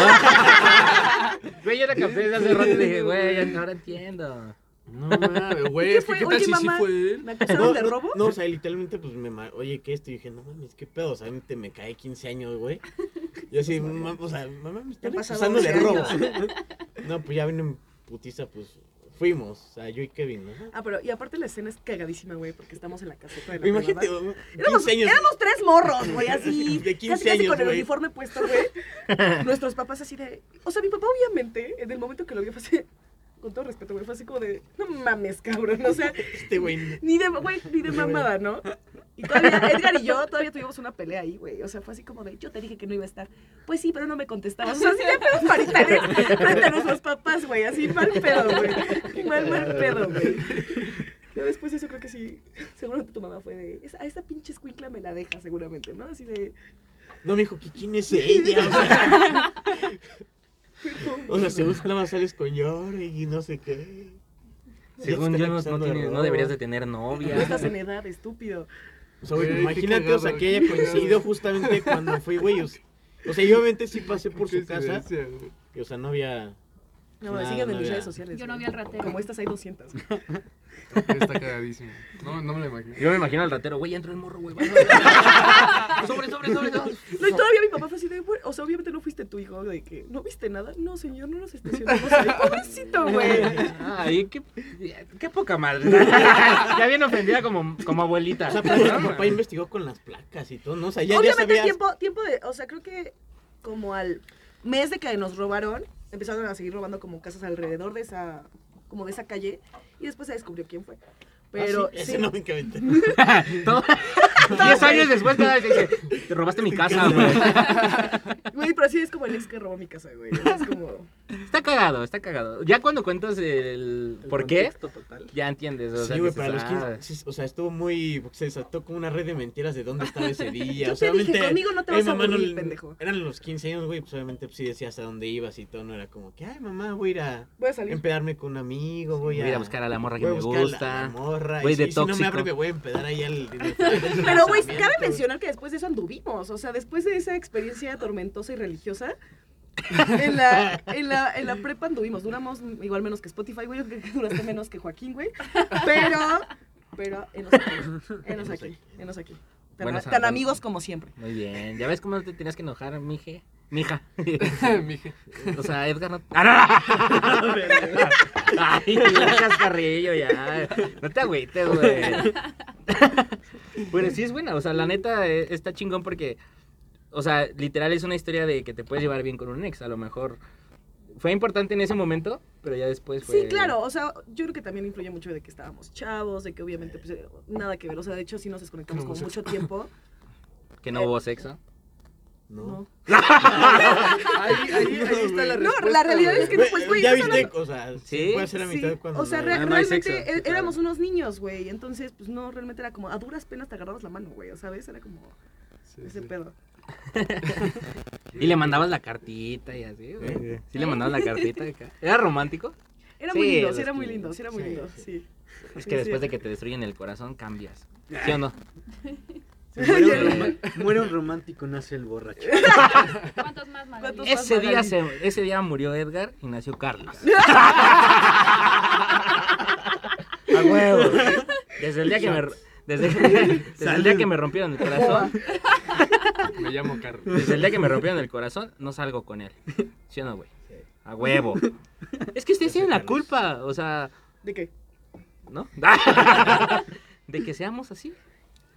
Speaker 1: Güey, yo la capté desde hace rato y dije, güey, ya- ahora entiendo.
Speaker 2: No mames, güey,
Speaker 4: ¿Qué
Speaker 2: es que
Speaker 4: fue?
Speaker 2: qué tal
Speaker 4: Oye,
Speaker 2: si sí
Speaker 4: mamá.
Speaker 2: fue él.
Speaker 4: ¿me
Speaker 6: No,
Speaker 4: acusaron de
Speaker 6: no,
Speaker 4: robo?
Speaker 6: No, o sea, literalmente, pues me. ma- Oye, ¿qué esto? Y dije, no mames, ¿qué pedo? O sea, te me cae 15 años, güey. Yo así, mam- o sea, mamá, me están
Speaker 4: Han pasado
Speaker 6: acusando de
Speaker 4: 11
Speaker 6: robo. No, pues ya vino en putiza, pues fuimos. O sea, yo y Kevin, ¿no?
Speaker 4: Ah, pero y aparte la escena es cagadísima, güey, porque estamos en la caseta de la
Speaker 6: Imagínate,
Speaker 4: privada. Éramos,
Speaker 6: 15 años.
Speaker 4: éramos tres morros, güey, así.
Speaker 6: De 15
Speaker 4: casi, casi
Speaker 6: años,
Speaker 4: con el
Speaker 6: güey.
Speaker 4: uniforme puesto, güey. Nuestros papás así de. O sea, mi papá, obviamente, en el momento que lo vio, fue así. Con todo respeto, güey, fue así como de. No mames, cabrón. O sea,
Speaker 6: Este güey.
Speaker 4: Ni de, güey, ni de mamada, ¿no? Y todavía, Edgar y yo todavía tuvimos una pelea ahí, güey. O sea, fue así como de, yo te dije que no iba a estar. Pues sí, pero no me contestabas. O sea, sí, ya pedos paritales frente a nuestros papás, güey. Así, mal pedo, güey. Mal, mal pedo, güey. Yo después de eso creo que sí. Seguramente tu mamá fue de, "Esa- a esta pinche escuincla me la deja, seguramente, ¿no? Así de,
Speaker 6: No, me dijo, ¿quién es ella? O sea, o sea, se busca nada más sales con llore y no sé qué. Ya te
Speaker 1: Según yo,
Speaker 6: están
Speaker 1: no, no,
Speaker 6: acusando de
Speaker 1: tienes- no
Speaker 6: robo.
Speaker 1: deberías de tener
Speaker 4: no
Speaker 1: novia.
Speaker 4: estás en edad, estúpido.
Speaker 6: O sea, Pues, güey,
Speaker 2: Güey, Eh, qué
Speaker 6: imagínate, o sea,
Speaker 2: cagado,
Speaker 6: que
Speaker 2: qué
Speaker 6: haya
Speaker 2: cagado.
Speaker 6: coincidido justamente cuando fui, güey. O sea, o sea, yo obviamente sí pasé por su casa.
Speaker 2: Coincidencia, güey.
Speaker 6: y, o sea, no había.
Speaker 4: No,
Speaker 6: Nada,
Speaker 4: síganme en
Speaker 6: no
Speaker 4: mis
Speaker 6: había.
Speaker 4: redes sociales.
Speaker 3: Yo no vi
Speaker 4: güey.
Speaker 3: al ratero.
Speaker 4: Como este. estas hay 200. güey.
Speaker 2: Está cagadísimo. No, no me lo imagino.
Speaker 1: Yo me imagino al ratero, güey, ya entró el morro, güey. vamos. sobre, sobre, sobre. sobre.
Speaker 4: No, y todavía mi papá fue así de, "Bueno, o sea, obviamente no fuiste tu hijo, de que, ¿no viste nada? No, señor, no nos estacionamos ahí. Pobrecito, güey.
Speaker 1: Ay, qué, qué poca madre. ya bien ofendida como, como abuelita.
Speaker 6: O sea, pero mi papá investigó con las placas y todo, ¿no? O sea, ya, ya
Speaker 4: obviamente
Speaker 6: sabías.
Speaker 4: tiempo, tiempo de, o sea, creo que como al mes de que nos robaron, empezaron a seguir robando como casas alrededor de esa, como de esa calle, y después se descubrió quién fue. Pero,
Speaker 6: Ah, sí,
Speaker 4: sí,
Speaker 6: Ese no me cabe. pues,
Speaker 1: Todo- Diez años después te dice, te robaste mi casa, güey.
Speaker 4: güey, pero sí es como el ex que robó mi casa, güey. Es como,
Speaker 1: Está cagado, está cagado. Ya cuando cuentas el, por qué, ya entiendes. O sea,
Speaker 6: Sí, güey,
Speaker 1: dices,
Speaker 6: para los
Speaker 1: "Ah".
Speaker 6: 15. sí, O sea, estuvo muy. porque Se desató como una red de mentiras de dónde estaba ese día.
Speaker 4: Yo
Speaker 6: o sea,
Speaker 4: te dije,
Speaker 6: obviamente,
Speaker 4: conmigo no te
Speaker 6: ay,
Speaker 4: vas a
Speaker 6: mamá,
Speaker 4: dormir,
Speaker 6: le-
Speaker 4: pendejo.
Speaker 6: Eran los 15 años, güey. Pues obviamente pues, sí decías a dónde ibas y todo. No era como que, ay, mamá, voy a ir a
Speaker 4: voy a salir.
Speaker 6: empedarme con un amigo. Voy,
Speaker 1: Voy a ir a buscar a la morra que
Speaker 6: voy a
Speaker 1: me
Speaker 6: buscar a la-
Speaker 1: gusta.
Speaker 6: la morra.
Speaker 1: Voy
Speaker 6: y
Speaker 1: de
Speaker 6: si, si no me
Speaker 1: tóxico.
Speaker 6: abre, me voy a empedar ahí al.
Speaker 4: Pero, güey, cabe mencionar que después de eso anduvimos. O sea, después de esa experiencia tormentosa y religiosa, en la, en la, en la prepa anduvimos. Duramos igual menos que Spotify, güey. Yo creo que duraste menos que Joaquín, güey. Pero, pero, enos aquí. Enos aquí. Enos aquí. Tan,
Speaker 1: Bueno,
Speaker 4: tan
Speaker 1: Santa-
Speaker 4: amigos como siempre.
Speaker 1: Muy bien. ¿Ya ves cómo no te tenías que enojar, mije? Mija.
Speaker 2: Mije.
Speaker 1: O sea, Edgar no... ¡Ah, no! Ay, un cascarrillo ya. No te agüites, güey. Bueno, sí es buena. O sea, la neta eh, está chingón porque O sea, literal es una historia de que te puedes llevar bien con un ex. A lo mejor fue importante en ese momento, pero ya después fue.
Speaker 4: Sí, claro, o sea, yo creo que también influye mucho de que estábamos chavos, de que obviamente pues eh, nada que ver, o sea, de hecho sí nos desconectamos
Speaker 2: No,
Speaker 4: con
Speaker 2: sí.
Speaker 4: mucho tiempo.
Speaker 1: Que no hubo sexo.
Speaker 6: No.
Speaker 2: Ahí, ahí,
Speaker 6: No,
Speaker 2: ahí está la
Speaker 4: güey. No, la
Speaker 2: respuesta.
Speaker 4: realidad es que-
Speaker 6: Güey,
Speaker 4: pues, güey,
Speaker 6: ya
Speaker 4: no solo-
Speaker 6: viste, o sea,
Speaker 1: Sí,
Speaker 6: sí, puede ser
Speaker 4: Sí,
Speaker 6: amistad cuando.
Speaker 4: o sea,
Speaker 6: no-
Speaker 5: no
Speaker 4: re-
Speaker 5: hay
Speaker 4: realmente
Speaker 5: sexo, sí,
Speaker 4: é-
Speaker 5: claro.
Speaker 4: éramos unos niños, güey, entonces pues no, realmente era como a duras penas te agarrabas la mano, güey, o ¿sabes? Era como
Speaker 2: Sí,
Speaker 4: ese
Speaker 2: sí.
Speaker 4: pedo.
Speaker 1: Y le mandabas la cartita y así,
Speaker 5: Eh,
Speaker 1: güey.
Speaker 6: Sí, sí.
Speaker 1: Sí, le mandabas la cartita. acá. ¿Era romántico?
Speaker 4: Era
Speaker 1: Sí,
Speaker 4: muy lindo,
Speaker 1: los
Speaker 4: sí, era muy
Speaker 1: que-
Speaker 4: lindo, sí, era muy
Speaker 6: sí,
Speaker 4: lindo,
Speaker 6: sí.
Speaker 4: sí.
Speaker 1: Es
Speaker 4: Sí,
Speaker 1: que después
Speaker 4: sí.
Speaker 1: de que te destruyen el corazón, cambias. ¿Sí o no?
Speaker 5: Se Muere un, roma- muere un romántico, nace el borracho.
Speaker 3: ¿Cuántos más, Magali?
Speaker 4: ¿Cuántos?
Speaker 1: Ese
Speaker 4: Magali.
Speaker 1: día, se- ese día murió Edgar y nació Carlos. A huevo. Desde el día que me, desde, desde el día que me rompieron el corazón,
Speaker 2: Me llamo Carlos.
Speaker 1: desde el día que me rompieron el corazón, no salgo con él. ¿Sí o no, güey?
Speaker 6: Sí.
Speaker 1: A huevo. Es que ustedes
Speaker 6: Yo soy
Speaker 1: tienen la
Speaker 6: Carlos.
Speaker 1: culpa, o sea,
Speaker 4: ¿De qué?
Speaker 1: ¿no? De que seamos así,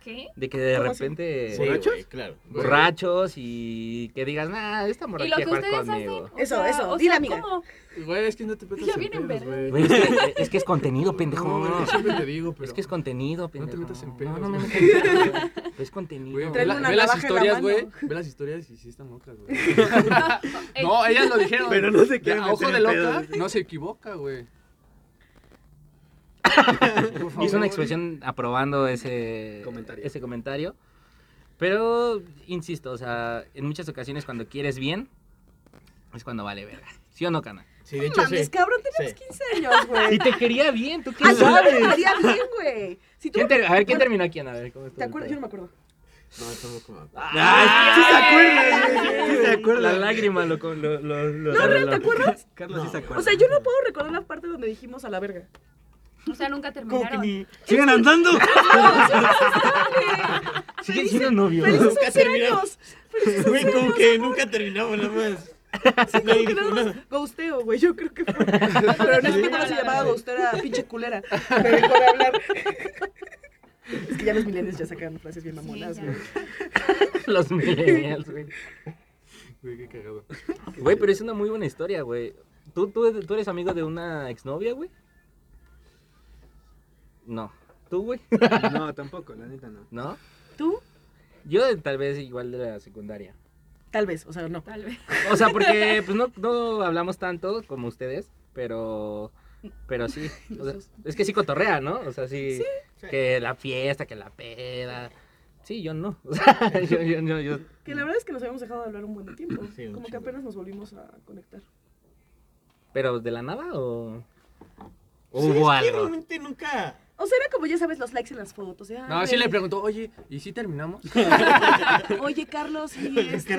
Speaker 3: ¿Qué?
Speaker 1: de que de
Speaker 4: ¿Cómo así?
Speaker 1: repente
Speaker 6: Sí,
Speaker 1: borrachos,
Speaker 6: güey, claro.
Speaker 1: borrachos y que digas, nah, esta
Speaker 3: Y lo
Speaker 1: borracha
Speaker 3: que
Speaker 1: jugar
Speaker 3: ustedes hacen.
Speaker 1: conmigo.
Speaker 3: o
Speaker 4: Eso,
Speaker 3: sea-
Speaker 4: eso,
Speaker 3: o
Speaker 4: dile,
Speaker 3: sea,
Speaker 4: amiga.
Speaker 3: ¿cómo?
Speaker 2: Güey, es que no te metas
Speaker 3: Ya
Speaker 2: en
Speaker 3: vienen
Speaker 2: pedos,
Speaker 3: verdes.
Speaker 1: Güey, es, que, eh, es que es contenido, pendejo.
Speaker 2: No, es que siempre te digo, pero.
Speaker 1: Es que es contenido,
Speaker 2: No
Speaker 1: pendejo.
Speaker 2: te metas en
Speaker 1: No,
Speaker 2: pedos,
Speaker 1: no me
Speaker 2: güey.
Speaker 1: metas en pedos. Pero Es
Speaker 2: Güey,
Speaker 1: contenido.
Speaker 2: ve,
Speaker 4: Traen
Speaker 2: la-
Speaker 4: una
Speaker 2: ve las
Speaker 4: navaja en la
Speaker 2: historias, güey.
Speaker 4: mano.
Speaker 2: Ve las historias y sí están locas, güey.
Speaker 3: Ey,
Speaker 2: No, ellas lo dijeron.
Speaker 5: Pero no se quieren
Speaker 2: a ojo
Speaker 5: meter
Speaker 2: de
Speaker 5: en
Speaker 2: loca,
Speaker 5: pedos.
Speaker 2: no se equivoca, güey. Por favor.
Speaker 1: Hizo una expresión aprobando ese
Speaker 5: Comentario.
Speaker 1: ese comentario. Pero, insisto, o sea, en muchas ocasiones cuando quieres bien, es cuando vale verga. ¿Sí o no, Cana?
Speaker 6: Sí,
Speaker 4: No
Speaker 6: de hecho, sí.
Speaker 4: Mames, cabrón, teníamos
Speaker 6: Sí.
Speaker 4: 15 años,
Speaker 1: Y
Speaker 4: güey.
Speaker 1: te quería bien, ¿tú qué
Speaker 4: Ay, yo
Speaker 1: sabes?
Speaker 4: me haría bien, güey. Si tú
Speaker 1: ¿Quién
Speaker 4: me-
Speaker 1: ter- A ver, ¿quién terminó aquí? A ver, ¿cómo estuvo
Speaker 4: ¿Te
Speaker 1: el pedo?
Speaker 4: acuerdas? Yo no me acuerdo.
Speaker 6: No, estamos como.
Speaker 5: ¡Ay, sí se acuerda, güey, sí se acuerda.
Speaker 1: La lágrima lo... con- lo, lo, lo-
Speaker 4: No,
Speaker 1: lo-
Speaker 4: real, ¿te
Speaker 1: lo-
Speaker 4: acuerdas?
Speaker 5: Carlos sí se acuerda.
Speaker 4: O sea, yo no puedo recordar la parte donde dijimos a la verga.
Speaker 3: O sea, nunca
Speaker 6: ¿Cómo que
Speaker 3: terminaron.
Speaker 6: ni.?
Speaker 5: ¿Siguen andando?
Speaker 1: Siguen siendo novios.
Speaker 4: Felices
Speaker 6: Nunca
Speaker 4: 11
Speaker 6: terminó.
Speaker 4: años.
Speaker 6: Güey, como que nunca terminamos nada más.
Speaker 4: Sí, como
Speaker 6: Nadie
Speaker 4: que
Speaker 6: dijo
Speaker 4: nada
Speaker 6: nada.
Speaker 4: más Ghosteo, güey, yo creo que fue. Pero en ese momento no se llamaba ghosteo, era pinche culera. Me dejó de hablar. Es que ya los milenios ya sacan frases bien
Speaker 3: Sí,
Speaker 4: mamonas,
Speaker 3: ya.
Speaker 4: güey.
Speaker 1: Los millennials, güey.
Speaker 2: Güey, qué cagado.
Speaker 1: Güey, pero es una muy buena historia, güey. ¿Tú, tú, tú eres amigo de una exnovia, güey? No. ¿Tú, güey?
Speaker 5: No, tampoco, la neta no.
Speaker 1: ¿No?
Speaker 4: ¿Tú?
Speaker 1: Yo de- tal vez igual de la secundaria.
Speaker 4: Tal vez, o sea, no.
Speaker 3: Tal vez.
Speaker 1: O sea, porque pues no, no hablamos tanto como ustedes, pero pero sí. O sea, es que sí cotorrea, ¿no? O sea, sí, que la fiesta, que la peda. Sí, yo no. O sea, yo, yo, yo, yo-
Speaker 4: Que la verdad es que nos habíamos dejado de hablar un buen tiempo.
Speaker 6: Sí, un
Speaker 4: Como que
Speaker 6: chingo.
Speaker 4: apenas nos volvimos a conectar.
Speaker 1: Pero de la nada o o
Speaker 6: Sí, es
Speaker 1: hubo
Speaker 6: que
Speaker 1: algo.
Speaker 6: realmente nunca.
Speaker 4: O sea, era como ya sabes los likes en las fotos. de, ah,
Speaker 2: No, sí
Speaker 4: güey,
Speaker 2: le preguntó, oye, ¿y si terminamos?
Speaker 4: Oye, Carlos, y este,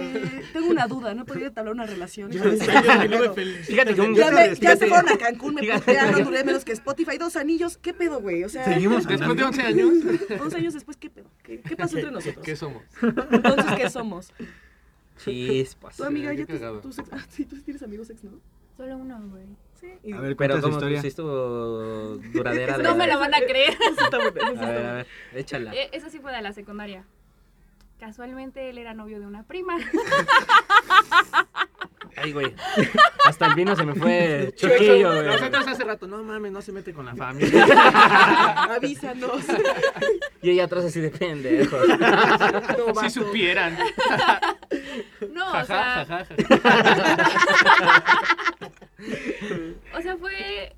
Speaker 4: tengo una duda, no he podido entablar una relación. este
Speaker 6: Yo me extraño que no me felicitas.
Speaker 1: Fíjate que un
Speaker 4: Ya, me- ya
Speaker 1: Fíjate.
Speaker 4: se fueron a Cancún, me
Speaker 1: Este, Fíjate.
Speaker 4: putearon, duré menos que Spotify, dos anillos, ¿qué pedo, güey? O sea,
Speaker 5: Seguimos
Speaker 2: Después de
Speaker 5: andando.
Speaker 2: 11 años,
Speaker 4: 11 años después, ¿qué pedo? ¿Qué, qué pasó entre nosotros?
Speaker 2: ¿qué somos?
Speaker 4: Entonces, ¿qué somos?
Speaker 1: Chispas.
Speaker 4: Tu amiga,
Speaker 2: qué
Speaker 4: ya tus,
Speaker 2: cagado.
Speaker 4: tus ex- ah, sí, tú tienes amigos ex, ¿no?
Speaker 3: Solo uno, güey.
Speaker 4: Sí. Y-
Speaker 5: A ver,
Speaker 1: Pero
Speaker 5: cuenta esa
Speaker 1: como que
Speaker 5: historia.
Speaker 1: sí estuvo duradera.
Speaker 3: No
Speaker 1: la-
Speaker 3: me lo van a creer.
Speaker 4: Está bueno, eso
Speaker 1: A ver, a
Speaker 4: está bueno.
Speaker 1: ver, échala.
Speaker 3: Eh, Eso sí fue de la secundaria. Casualmente él era novio de una prima.
Speaker 1: Ay, güey. Hasta el vino se me fue chuquillo, güey.
Speaker 2: Nosotros hace rato, no mames, no se mete con la familia.
Speaker 4: Avísanos.
Speaker 1: Y ella atrás así de pendejo.
Speaker 2: Si
Speaker 4: novato.
Speaker 2: supieran.
Speaker 3: No, o sea,
Speaker 2: Jaja, jaja.
Speaker 3: o sea, fue.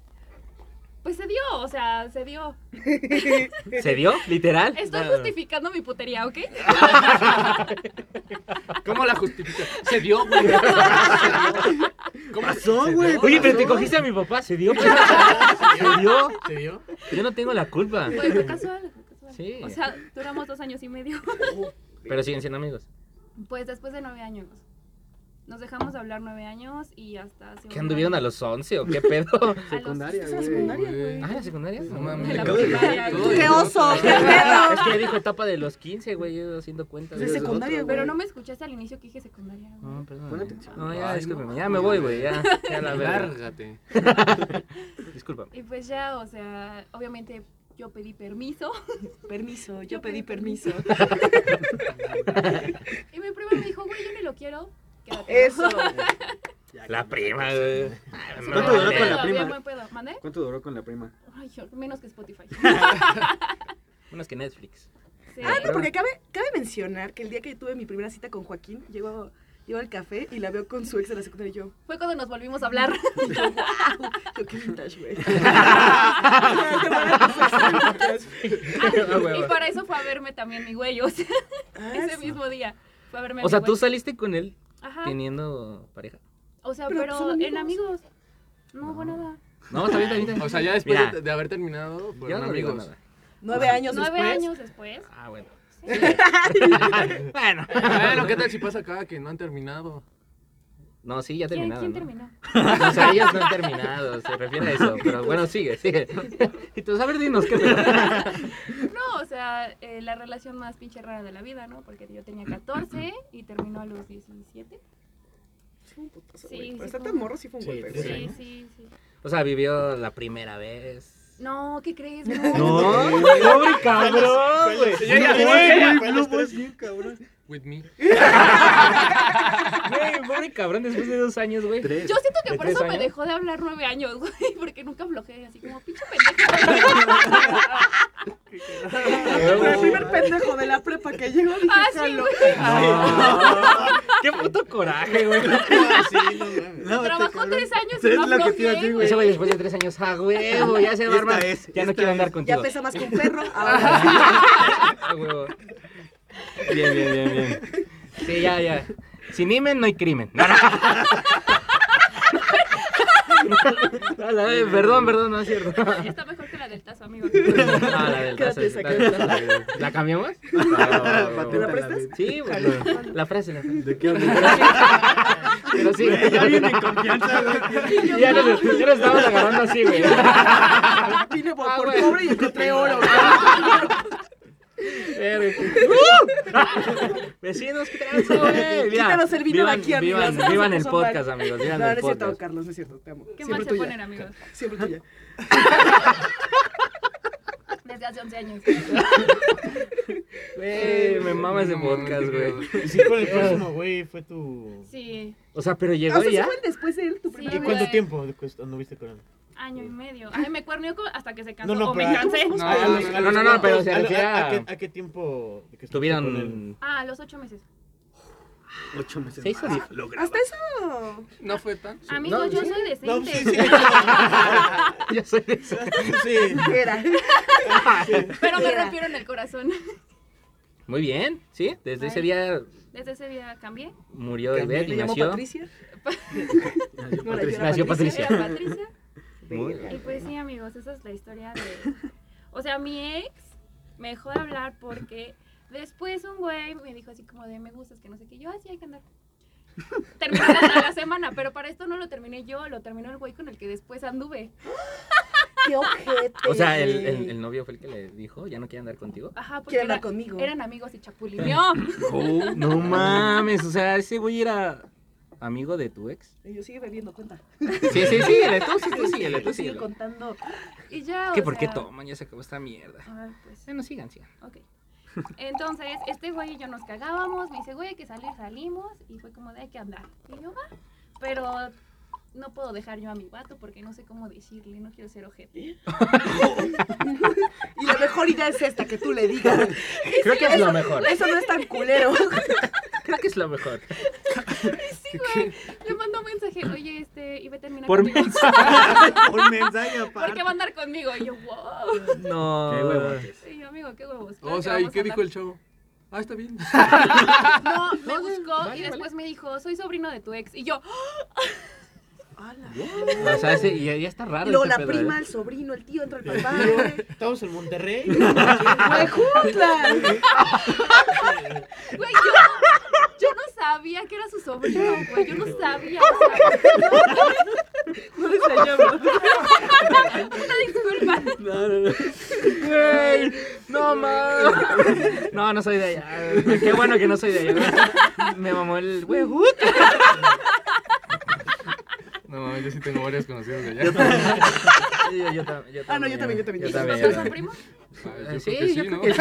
Speaker 3: Pues se dio, o sea, se dio.
Speaker 1: ¿Se dio? ¿Literal?
Speaker 3: Estoy
Speaker 1: No.
Speaker 3: justificando mi putería, ¿ok?
Speaker 2: ¿Cómo la justifica? Se dio, güey. ¿Cómo
Speaker 5: Pasó, güey.
Speaker 1: Oye, pero te
Speaker 5: pasó.
Speaker 1: cogiste a mi papá, se dio. pendejo? Se dio.
Speaker 6: ¿Se vio?
Speaker 1: Yo no tengo la culpa.
Speaker 3: Fue, fue casual. fue casual.
Speaker 1: Sí.
Speaker 3: O sea, duramos dos años y medio.
Speaker 1: Pero siguen siendo amigos.
Speaker 3: Pues después de nueve años. Nos dejamos de hablar nueve años y hasta hace
Speaker 1: ¿Qué
Speaker 3: un
Speaker 1: anduvieron a
Speaker 3: año-
Speaker 1: los 11 o qué pedo?
Speaker 3: a los-
Speaker 5: Secundaria,
Speaker 4: Es la
Speaker 5: güey.
Speaker 4: secundaria,
Speaker 2: güey.
Speaker 4: güey.
Speaker 1: Ah, ¿la secundaria? No mames.
Speaker 3: de la
Speaker 1: Acabo de-
Speaker 3: primaria.
Speaker 2: Todo
Speaker 4: ¡Qué
Speaker 2: de-
Speaker 4: oso! ¡Qué pedo!
Speaker 1: Es que dijo etapa de los 15, güey, yo haciendo cuenta.
Speaker 4: De secundaria, güey.
Speaker 3: Pero no me escuchaste al inicio que dije secundaria. güey.
Speaker 1: No, perdón.
Speaker 5: Pon atención.
Speaker 1: No, ya,
Speaker 2: Ay,
Speaker 1: discúlpeme.
Speaker 2: no.
Speaker 1: Ah, Ya me voy, güey. Ya, ya la verdad.
Speaker 2: Lárgate.
Speaker 1: Discúlpame.
Speaker 3: Y pues ya, o sea, obviamente Yo pedí permiso
Speaker 4: Permiso,
Speaker 3: Yo
Speaker 4: yo pedí
Speaker 3: pedí
Speaker 4: permiso.
Speaker 3: y mi prima me dijo, güey, yo no lo quiero. Quédate.
Speaker 4: Eso. Ah,
Speaker 1: La prima, güey. Ay,
Speaker 3: Súper
Speaker 1: no,
Speaker 5: ¿Cuánto duró
Speaker 1: güey.
Speaker 5: con la
Speaker 3: bien
Speaker 5: prima?
Speaker 3: buen pedo. ¿Mandé?
Speaker 5: ¿Cuánto duró con la prima?
Speaker 3: Ay, yo- menos que Spotify.
Speaker 1: Menos que Netflix.
Speaker 3: Sí.
Speaker 4: Ah, no, porque cabe, cabe mencionar que el día que tuve mi primera cita con Joaquín, llego, llego al café y la veo con su ex de la secundaria y yo,
Speaker 3: Fue cuando nos volvimos a hablar.
Speaker 4: y yo, wow, yo qué vintage, güey. Ah,
Speaker 2: Ah,
Speaker 3: y para eso fue a verme también mi güey, o sea, ese
Speaker 4: sí.
Speaker 3: mismo día. Fue a verme
Speaker 1: O sea,
Speaker 3: mi
Speaker 1: tú
Speaker 3: güey.
Speaker 1: saliste con él
Speaker 3: Ajá.
Speaker 1: teniendo pareja.
Speaker 3: O sea,
Speaker 4: Pero
Speaker 3: pero,
Speaker 4: son
Speaker 3: en
Speaker 4: amigos.
Speaker 3: amigos. No, hubo nada.
Speaker 1: No, está bien, está bien. está bien.
Speaker 2: O sea, ya después
Speaker 1: Mira,
Speaker 2: de, de haber terminado,
Speaker 1: yo no
Speaker 2: fueron
Speaker 1: digo
Speaker 2: amigos.
Speaker 1: nada.
Speaker 4: Nueve años
Speaker 3: Nueve
Speaker 4: después.
Speaker 3: años después.
Speaker 1: Ah, bueno.
Speaker 6: Ay,
Speaker 1: Bueno.
Speaker 2: Bueno, ¿qué tal si pasa acá que no han terminado?
Speaker 1: No, sí, ya
Speaker 3: ¿Quién,
Speaker 1: terminaron.
Speaker 3: quién
Speaker 1: ¿no?
Speaker 3: terminó?
Speaker 1: O sea, ellas no han terminado, se refiere a eso. Pero bueno, sigue, sigue. Entonces, a ver, dinos qué tal?
Speaker 3: No, o sea, eh, la relación más pinche rara de la vida, ¿no? Porque yo tenía 14 y terminó a los 17.
Speaker 4: Fue un putazo,
Speaker 3: Sí,
Speaker 4: güey.
Speaker 3: sí
Speaker 4: Para estar
Speaker 3: fue
Speaker 4: tan
Speaker 3: un-
Speaker 4: morro sí fue un
Speaker 6: Sí,
Speaker 4: golpe,
Speaker 6: sí,
Speaker 4: güey.
Speaker 3: Sí,
Speaker 6: ¿no?
Speaker 3: sí, sí.
Speaker 1: O sea, vivió la primera vez.
Speaker 3: No, ¿qué crees?
Speaker 1: No, pobre cabrón, güey.
Speaker 6: Señora,
Speaker 5: Güey,
Speaker 6: ¿cuál
Speaker 5: no
Speaker 6: es tres?
Speaker 5: vas bien, cabrón.
Speaker 2: With me.
Speaker 1: Güey, Pobre cabrón, después de dos años, güey.
Speaker 5: Tres.
Speaker 3: Yo siento que
Speaker 1: ¿De
Speaker 3: por
Speaker 1: tres
Speaker 3: eso me
Speaker 1: años?
Speaker 3: dejó de hablar nueve años, güey, porque nunca flojeé así como pinche pendejo.
Speaker 4: Ah, Pero el primer pendejo de la prepa que llegó dije,
Speaker 3: Ah, sí,
Speaker 4: "Jalo".
Speaker 1: No. Qué puto coraje, güey.
Speaker 6: sí, no mames.
Speaker 5: No,
Speaker 3: Trabajó
Speaker 5: cabrón.
Speaker 3: tres años y
Speaker 5: Es
Speaker 3: no
Speaker 5: lo que te iba a
Speaker 3: flojeé,
Speaker 5: decir, güey.
Speaker 1: Ese güey después de tres años, ah, huevo, ya se va a
Speaker 5: Esta
Speaker 1: armar.
Speaker 5: es,
Speaker 1: ya
Speaker 5: esta
Speaker 1: no quiero andar
Speaker 5: es.
Speaker 1: contigo.
Speaker 4: Ya pesa más que un perro. Ahora sí.
Speaker 1: Ah, huevo. Bien, bien, bien, bien. Sí, ya, ya. Sin imen no hay crimen. No, no. No, la de- perdón, perdón, no es cierto.
Speaker 3: Está mejor que la del tazo, amigo.
Speaker 1: No, Ah, la del
Speaker 4: Quédate
Speaker 1: brazo
Speaker 4: esa,
Speaker 1: está-
Speaker 4: quédate
Speaker 1: ¿La cambiamos? Ah,
Speaker 5: Patenta
Speaker 4: ¿Me la
Speaker 5: la
Speaker 4: prestas?
Speaker 5: de-
Speaker 1: Sí, bueno, la frase, la frase.
Speaker 5: ¿De qué hablas?
Speaker 1: Pero sí. Pero sí.
Speaker 5: Güey, Ya viene en confianza, güey.
Speaker 1: Ya nos, ya nos estamos agarrando así, güey.
Speaker 4: Vine por,
Speaker 1: Ah,
Speaker 4: por
Speaker 1: güey.
Speaker 4: cobre y encontré oro. güey.
Speaker 3: Ah,
Speaker 1: Vecinos, ¿qué tranza, güey? Mira,
Speaker 4: Quítanos el vino de
Speaker 1: vivan-
Speaker 4: aquí, amigos.
Speaker 1: Vivan,
Speaker 4: Esas
Speaker 1: vivan el
Speaker 4: cosas son
Speaker 1: podcast, amigos.
Speaker 4: No,
Speaker 1: Vivan
Speaker 4: no
Speaker 1: el
Speaker 4: es cierto,
Speaker 1: podcast.
Speaker 4: Carlos, no es cierto. Te amo.
Speaker 3: Qué mal
Speaker 4: Siempre
Speaker 3: se
Speaker 4: tuya.
Speaker 3: ponen, amigos.
Speaker 4: Siempre tuya.
Speaker 3: Desde hace 11 años.
Speaker 1: Güey, me mama ese
Speaker 2: No,
Speaker 1: podcast,
Speaker 2: no,
Speaker 1: güey.
Speaker 6: Y sí, con el próximo, güey, fue tu.
Speaker 3: Sí,
Speaker 1: O sea, pero
Speaker 4: Ah,
Speaker 1: llegó
Speaker 4: o sea, ¿sí
Speaker 1: ya.
Speaker 4: fue después de él, tu
Speaker 3: Sí.
Speaker 4: primera
Speaker 6: ¿Y
Speaker 4: vez?
Speaker 6: cuánto
Speaker 3: güey.
Speaker 6: tiempo después anduviste con él?
Speaker 3: año y medio. Ay, me cuernió co- hasta que se cansó.
Speaker 6: No, no,
Speaker 3: o me
Speaker 6: pero-
Speaker 3: cansé.
Speaker 4: ¿Cómo
Speaker 2: No,
Speaker 6: Ah,
Speaker 2: no, no, no, no,
Speaker 1: no, pero se
Speaker 6: ¿A- a-
Speaker 1: refiere
Speaker 6: a,
Speaker 1: a-
Speaker 6: qué, a qué tiempo de que estuviste con él?
Speaker 1: Tuvieron
Speaker 3: Ah, a los 8 meses.
Speaker 5: Ocho meses.
Speaker 1: Se hizo
Speaker 5: más.
Speaker 1: difícil.
Speaker 5: Lo grabas.
Speaker 4: Hasta eso.
Speaker 2: No fue tan.
Speaker 3: Amigos,
Speaker 1: No,
Speaker 3: yo
Speaker 1: sí.
Speaker 3: soy
Speaker 6: No,
Speaker 3: decente.
Speaker 6: sí, sí.
Speaker 1: Yo soy de eso.
Speaker 6: Sí.
Speaker 4: Era.
Speaker 3: Pero me
Speaker 4: Mira.
Speaker 3: rompieron el corazón.
Speaker 1: Muy bien, ¿sí? Desde ese
Speaker 3: Ay.
Speaker 1: día
Speaker 3: Desde ese día cambié.
Speaker 1: murió
Speaker 6: Cambié,
Speaker 1: Ivette
Speaker 4: Le
Speaker 1: y
Speaker 4: llamó
Speaker 1: nació.
Speaker 4: Patricia.
Speaker 5: Nació
Speaker 4: No, la
Speaker 5: Patricia.
Speaker 1: Nació Patricia.
Speaker 3: Era Patricia.
Speaker 1: Muy
Speaker 3: Y pues sí, amigos, esa es la historia de... O sea, mi ex me dejó de hablar porque después un güey me dijo así como de me gustas, que no sé qué. Yo, así hay que andar. Terminé la, la semana, pero para esto no lo terminé yo, lo terminó el güey con el que después anduve.
Speaker 4: Qué ojete.
Speaker 1: O sea, el, el- el novio fue el que le dijo, ya no quiere andar contigo.
Speaker 3: Ajá, porque
Speaker 4: Quiere
Speaker 3: era-
Speaker 4: andar conmigo.
Speaker 3: eran amigos y chapulineó.
Speaker 1: Ah, No mames, o sea, ese güey era amigo de tu ex.
Speaker 4: Y yo sigue bebiendo, cuenta.
Speaker 1: Sí, sí, sí, el tú, sí, tú, sí, el tú,
Speaker 4: Sigue
Speaker 1: sí. el-
Speaker 4: contando.
Speaker 3: Y ya,
Speaker 1: ¿Qué
Speaker 3: o
Speaker 1: por qué
Speaker 3: sea,
Speaker 1: toman? Ya se acabó esta mierda.
Speaker 3: ay, pues,
Speaker 1: Bueno, sigan, sigan.
Speaker 3: ok. Entonces, este güey y yo nos cagábamos, me dice, güey, hay que salir, salimos, y fue como de hay que andar. Y yo, va, pero no puedo dejar yo a mi vato porque no sé cómo decirle, no quiero ser ojete.
Speaker 4: Y la mejor idea es esta, que tú le digas.
Speaker 1: Creo que es lo mejor.
Speaker 4: Eso no es tan culero.
Speaker 1: Creo que es lo mejor.
Speaker 3: Sí, güey, le mandó un mensaje, oye, este, iba a terminar
Speaker 1: Por
Speaker 3: conmigo.
Speaker 5: Un mensaje aparte.
Speaker 3: ¿Por qué va a andar conmigo? Y yo, wow.
Speaker 1: No.
Speaker 5: Qué huevotes.
Speaker 3: Y yo, amigo, qué huevos. claro
Speaker 2: O
Speaker 3: que
Speaker 2: sea, ¿y
Speaker 3: vamos
Speaker 2: qué
Speaker 3: a
Speaker 2: dijo el
Speaker 3: andar".
Speaker 2: chavo? Ah, está bien.
Speaker 3: No, me buscó
Speaker 1: vale,
Speaker 3: y después me dijo, soy sobrino de tu ex. Y yo,
Speaker 4: Ala.
Speaker 1: O sea, ese- ya, ya está raro.
Speaker 4: Y luego
Speaker 1: ese
Speaker 4: la
Speaker 1: pedo,
Speaker 4: prima,
Speaker 1: ¿eh?
Speaker 4: el sobrino, el tío, entra el papá.
Speaker 6: Estamos en Monterrey. Ah.
Speaker 4: ¡Huejutla!
Speaker 3: Güey, yo, yo no sabía que era su sobrino, güey. Yo no sabía. O sea,
Speaker 4: No les hallamos.
Speaker 3: una disculpa.
Speaker 5: No, no, no.
Speaker 1: Güey, no mames. No, no soy de allá. Qué bueno que no soy de allá. Me mamó el huevo.
Speaker 2: Ah, No mames, yo sí tengo varios conocidos de allá.
Speaker 1: Y, yo, tam- yo también.
Speaker 4: Ah, no, yo también, yo
Speaker 1: Yo
Speaker 4: también, yo también.
Speaker 1: también.
Speaker 3: primo?
Speaker 2: Yo
Speaker 1: Sí,
Speaker 2: creo que
Speaker 1: yo
Speaker 2: sí,
Speaker 1: creo
Speaker 2: ¿no?
Speaker 1: que sí.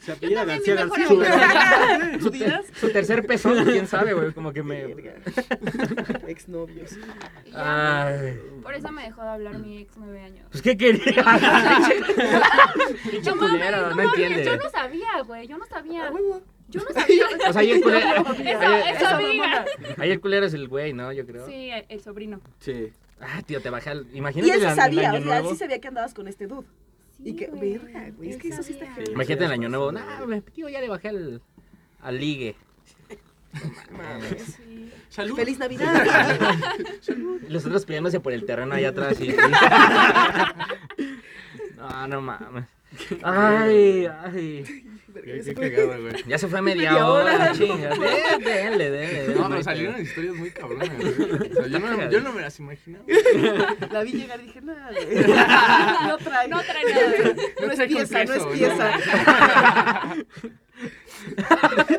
Speaker 5: Se apellida
Speaker 3: también,
Speaker 5: García
Speaker 3: mi mejor
Speaker 5: García.
Speaker 3: amigo.
Speaker 1: Su, ter- su tercer peso, quién sabe, güey. Como que me.
Speaker 4: Exnovios.
Speaker 3: Y ya,
Speaker 1: Ay.
Speaker 3: Por eso me dejó de hablar mi ex nueve años.
Speaker 1: Pues, ¿qué quería? Pinche
Speaker 3: No mames,
Speaker 1: culero, no
Speaker 3: mames,
Speaker 1: entiende.
Speaker 3: Yo no sabía, güey, yo no
Speaker 4: Ah,
Speaker 3: sabía. Yo no
Speaker 1: O
Speaker 3: sabía.
Speaker 1: sea, ahí el culero.
Speaker 3: Esa, esa amiga.
Speaker 1: Ahí el culero es el güey, ¿no? Yo creo.
Speaker 3: Sí, el el sobrino.
Speaker 5: Sí.
Speaker 1: Ah, tío, te bajé al. Imagínate
Speaker 4: Y él sí
Speaker 1: el,
Speaker 4: sabía,
Speaker 1: año
Speaker 4: o sea, él
Speaker 1: nuevo.
Speaker 4: sí sabía que andabas con este dude.
Speaker 3: Sí,
Speaker 4: Y que,
Speaker 3: güey,
Speaker 4: verga, güey, es
Speaker 3: él
Speaker 4: que eso sí está
Speaker 3: sabía.
Speaker 5: heavy.
Speaker 1: Imagínate el año nuevo.
Speaker 5: Sí,
Speaker 1: No, güey, tío, ya le bajé al. al ligue. No mames.
Speaker 3: Sí.
Speaker 2: Salud.
Speaker 4: ¡Feliz Navidad!
Speaker 1: Los otros peleándose por el terreno allá atrás y... No, no mames. Ay, ay.
Speaker 4: Verga,
Speaker 6: Qué,
Speaker 4: ya se
Speaker 6: qué
Speaker 4: fue.
Speaker 6: cagado, güey.
Speaker 1: Ya se fue media,
Speaker 4: Media
Speaker 1: hora,
Speaker 4: hora.
Speaker 1: chinga. Den- Denle, denle. denle.
Speaker 2: No, pero salieron historias muy cabronas. güey. O sea, yo, no, yo no me las imaginaba.
Speaker 4: La vi llegar y dije, nada, no trae.
Speaker 3: No trae nada.
Speaker 4: No es
Speaker 2: trae con
Speaker 4: pieza, no es
Speaker 2: queso, ¿no?
Speaker 4: pieza.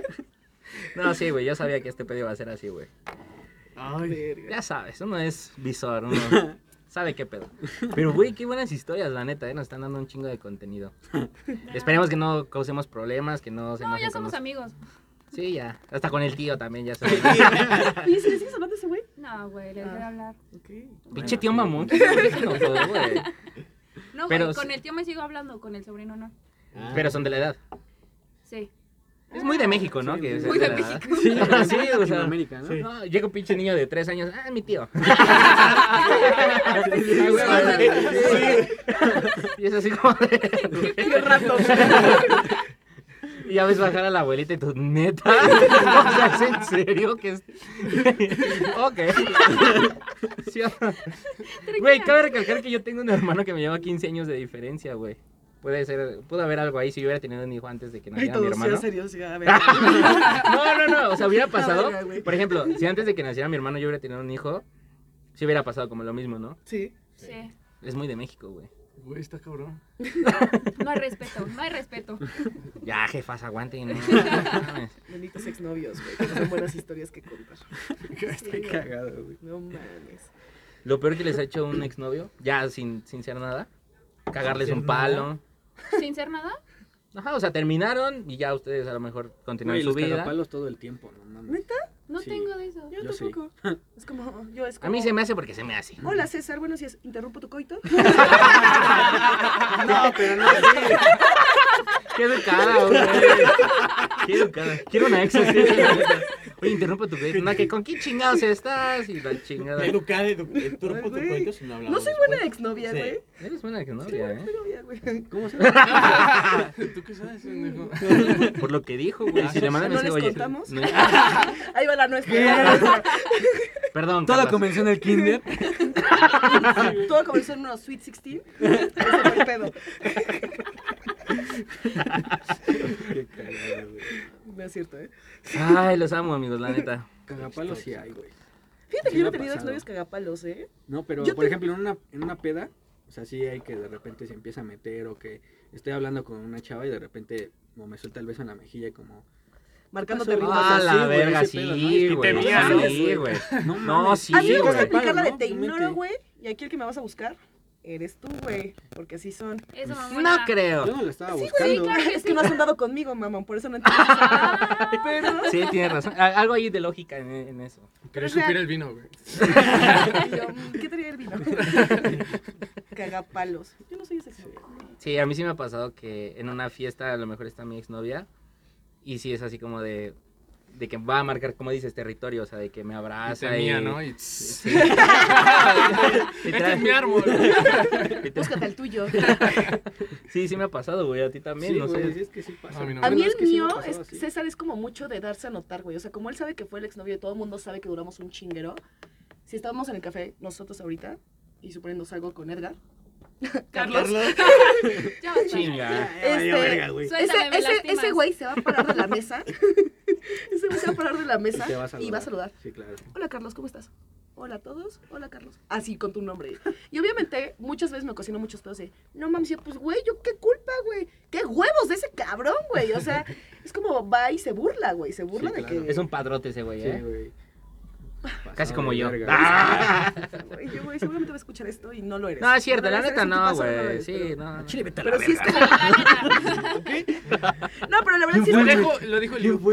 Speaker 1: No, sí, güey, yo sabía que este pedo iba a ser así, güey.
Speaker 4: Verga.
Speaker 1: Ya sabes, uno es visor, uno sabe qué pedo. Pero, güey, qué buenas historias, la neta, ¿eh? Nos están dando un chingo de contenido. Esperemos que no causemos problemas, que no se
Speaker 3: No,
Speaker 1: enojen
Speaker 3: ya
Speaker 1: con
Speaker 3: somos
Speaker 1: nos-
Speaker 3: amigos.
Speaker 1: Sí, ya. Hasta con el tío también, ya se
Speaker 4: ¿Y si le sigues hablando a ese güey?
Speaker 3: No, güey, les voy
Speaker 1: Ah.
Speaker 3: a hablar.
Speaker 4: Ok.
Speaker 1: Pinche tío mamón. ¿qué se enojó, güey?
Speaker 5: Ah.
Speaker 3: No,
Speaker 1: Pero
Speaker 3: güey,
Speaker 1: sí.
Speaker 3: con el tío me sigo hablando, con el sobrino no.
Speaker 6: Ah.
Speaker 1: Pero son de la edad.
Speaker 3: Sí.
Speaker 1: Es
Speaker 3: Ah,
Speaker 1: muy de México, ¿no?
Speaker 5: Sí,
Speaker 1: Que
Speaker 5: muy
Speaker 1: sea
Speaker 5: de
Speaker 1: la edad.
Speaker 5: Sí, sí,
Speaker 1: o
Speaker 5: sí,
Speaker 1: sea,
Speaker 5: Latinoamérica, ¿no?
Speaker 6: sí.
Speaker 1: No, llega un pinche niño de tres años. Ah, mi tío. Y es así como de...
Speaker 4: Qué rato.
Speaker 1: Y ya ves bajar a la abuelita y tú, neta. O sea, ¿es en serio? que es? ok. Sí, o no. Güey, cabe recalcar que yo tengo un hermano que me lleva 15 años de diferencia, güey. Puede ser, pudo haber algo ahí si yo hubiera tenido un hijo antes de que
Speaker 4: Ay,
Speaker 1: naciera mi
Speaker 4: todos,
Speaker 1: hermano.
Speaker 4: sean serios, ya, a ver.
Speaker 1: no, no, no. O sea, hubiera pasado.
Speaker 4: verga, güey.
Speaker 1: por ejemplo, si antes de que naciera mi hermano yo hubiera tenido un hijo, si hubiera pasado como lo mismo, ¿no?
Speaker 4: Sí.
Speaker 3: Sí.
Speaker 1: Es muy de México, güey.
Speaker 2: Güey, está cabrón.
Speaker 3: No hay respeto, no hay respeto.
Speaker 1: Ya, jefas, aguanten. ¿no? No mames.
Speaker 4: Bonitos exnovios, güey. que Son buenas historias que contar.
Speaker 5: Qué cagado, güey.
Speaker 4: No mames.
Speaker 1: Lo peor que les ha hecho un exnovio, ya sin, sin ser nada, cagarles
Speaker 6: Sin
Speaker 1: un
Speaker 6: ser nada.
Speaker 1: palo.
Speaker 3: Sin ser nada,
Speaker 1: Ajá, o sea, terminaron y ya ustedes a lo mejor continúan
Speaker 5: Güey,
Speaker 1: su
Speaker 5: los
Speaker 1: vida.
Speaker 5: cagapalos todo el tiempo, no mames.
Speaker 4: ¿Neta?
Speaker 3: no
Speaker 5: Sí.
Speaker 3: tengo de eso.
Speaker 4: Yo,
Speaker 5: Yo sí.
Speaker 4: tampoco. Es como, yo es
Speaker 1: A
Speaker 4: como...
Speaker 1: mí se me hace porque se me hace.
Speaker 4: Hola, César, buenos días. ¿Interrumpo tu coito?
Speaker 5: No, pero no sí.
Speaker 1: Qué educada, güey. Qué educada. Quiero una ex así. Oye, interrumpo tu pedido. No, que con qué chingados estás y la chingada.
Speaker 6: Educada, edu- turpo tu
Speaker 4: güey.
Speaker 6: cuento si no hablamos
Speaker 4: No soy
Speaker 6: después.
Speaker 4: buena exnovia,
Speaker 6: Sí.
Speaker 4: güey.
Speaker 1: Eres buena
Speaker 4: Sí,
Speaker 1: exnovia,
Speaker 4: buena
Speaker 1: ¿eh?
Speaker 4: exnovia, güey.
Speaker 5: ¿Cómo se llama?
Speaker 2: ¿Tú qué sabes, pendejo?
Speaker 1: Por lo que dijo, güey. Si le mandan
Speaker 4: Ah, ¿No
Speaker 1: ese,
Speaker 4: les
Speaker 1: oye.
Speaker 4: contamos?
Speaker 1: no-
Speaker 4: Ahí va la nuestra.
Speaker 1: Perdón,
Speaker 5: Todo
Speaker 1: Carla.
Speaker 5: comenzó en el kinder.
Speaker 4: Todo comenzó en unos Sweet 16. Eso fue el pedo.
Speaker 5: Qué cagado, güey.
Speaker 4: No es cierto, ¿eh?
Speaker 1: Ay, los amo, amigos, la neta.
Speaker 5: Cagapalos sí hay, güey.
Speaker 4: Fíjate
Speaker 5: Sí
Speaker 4: que
Speaker 5: me
Speaker 4: yo no
Speaker 5: ha
Speaker 4: he
Speaker 5: pasado.
Speaker 4: tenido exnovios cagapalos, ¿eh?
Speaker 5: No, pero
Speaker 4: Yo
Speaker 5: por
Speaker 4: te-
Speaker 5: ejemplo, en una, en una peda, o sea, sí hay que de repente se empieza a meter o que estoy hablando con una chava y de repente como me suelta el beso en la mejilla y como...
Speaker 4: Marcándote
Speaker 5: Pasó.
Speaker 4: ritmo.
Speaker 1: Ah,
Speaker 5: sí,
Speaker 1: la
Speaker 5: güey,
Speaker 1: verga,
Speaker 5: ese pedo, ¿no? Y
Speaker 1: sí,
Speaker 5: te
Speaker 1: güey.
Speaker 2: miran,
Speaker 1: Sí,
Speaker 5: ¿no?
Speaker 1: güey.
Speaker 5: No,
Speaker 1: No,
Speaker 5: mames,
Speaker 1: sí,
Speaker 4: A mí me
Speaker 1: güey.
Speaker 4: gusta
Speaker 5: cagapalo,
Speaker 4: aplicar la de
Speaker 5: ¿no?
Speaker 4: te
Speaker 5: Tu mente.
Speaker 4: ignoro, güey. Y aquí el que me vas a buscar eres tú, güey. Porque así son.
Speaker 3: Eso, Ah, mamona.
Speaker 1: No creo.
Speaker 5: Yo no lo estaba
Speaker 3: güey,
Speaker 5: buscando.
Speaker 3: claro. que
Speaker 4: es
Speaker 3: sí.
Speaker 4: que no has andado conmigo, mamón. Por eso no entiendo. Pero.
Speaker 1: Sí, tienes razón. A- Algo ahí de lógica en, en eso.
Speaker 2: Quería
Speaker 4: sea-
Speaker 2: subir el vino, güey.
Speaker 4: Y yo, mm, ¿Qué traía el vino? Cagapalos. Yo no soy ese
Speaker 1: Sí, a mí sí me ha pasado que en una fiesta a lo mejor está mi exnovia y sí es así como de, de que va a marcar, como dices, territorio, o sea, de que me
Speaker 2: Y
Speaker 1: abraza y...
Speaker 2: temía, ¿no? Y...
Speaker 1: Ah, Sí.
Speaker 2: Este es mi árbol.
Speaker 4: Búscate el tuyo.
Speaker 1: sí, sí me ha pasado, güey, a ti también,
Speaker 5: Sí,
Speaker 1: no
Speaker 5: güey,
Speaker 1: sé.
Speaker 5: sí, es que sí pasa.
Speaker 2: A mí no.
Speaker 4: A
Speaker 2: Bueno,
Speaker 4: mí
Speaker 5: es
Speaker 4: el
Speaker 5: que sí me ha
Speaker 4: mío, es-
Speaker 5: pasado así.
Speaker 4: César, es como mucho de darse a notar, güey. O sea, como él sabe que fue el exnovio y todo el mundo sabe que duramos un chinguero. Si estábamos en el café, nosotros ahorita, y suponiendo salgo con Edgar. Carlos.
Speaker 3: Ya basta.
Speaker 1: Chinga.
Speaker 5: Ya, ya,
Speaker 4: este,
Speaker 5: verga, güey.
Speaker 4: Ese,
Speaker 3: Suéltame, me
Speaker 4: ese-
Speaker 3: lastimas.
Speaker 4: ese güey se va a parar de la mesa. ese güey se va a parar de la mesa
Speaker 5: Te va a
Speaker 4: y va a saludar.
Speaker 5: Sí, claro.
Speaker 4: Hola Carlos, ¿cómo estás? Hola a todos, hola Carlos. Así, con tu nombre. Y obviamente, muchas veces me ocasionó muchos pedos de, no mames, yo, pues güey, yo qué culpa, güey. Qué huevos de ese cabrón, güey. O sea, es como va y se burla, güey. Se burla
Speaker 5: Sí,
Speaker 4: de
Speaker 5: claro.
Speaker 4: que.
Speaker 1: Es un padrote ese güey,
Speaker 5: Sí,
Speaker 1: ¿eh?
Speaker 5: güey.
Speaker 1: Casi
Speaker 5: Pasado
Speaker 1: como
Speaker 5: de
Speaker 1: yo.
Speaker 5: verga.
Speaker 1: ¡Ah!
Speaker 4: Güey, yo, güey, seguramente va a escuchar esto y no lo eres.
Speaker 1: No, es cierto,
Speaker 4: Bueno,
Speaker 1: la
Speaker 4: eres
Speaker 1: neta
Speaker 4: en tu
Speaker 1: no,
Speaker 4: caso, lo
Speaker 1: güey.
Speaker 4: eres,
Speaker 1: Sí,
Speaker 4: pero-
Speaker 1: no.
Speaker 5: Chile, vete a la
Speaker 4: Pero sí
Speaker 5: verga.
Speaker 4: estuvo. No, pero la verdad sí
Speaker 2: Lo,
Speaker 4: es
Speaker 2: dejo- lo dijo el Ibu.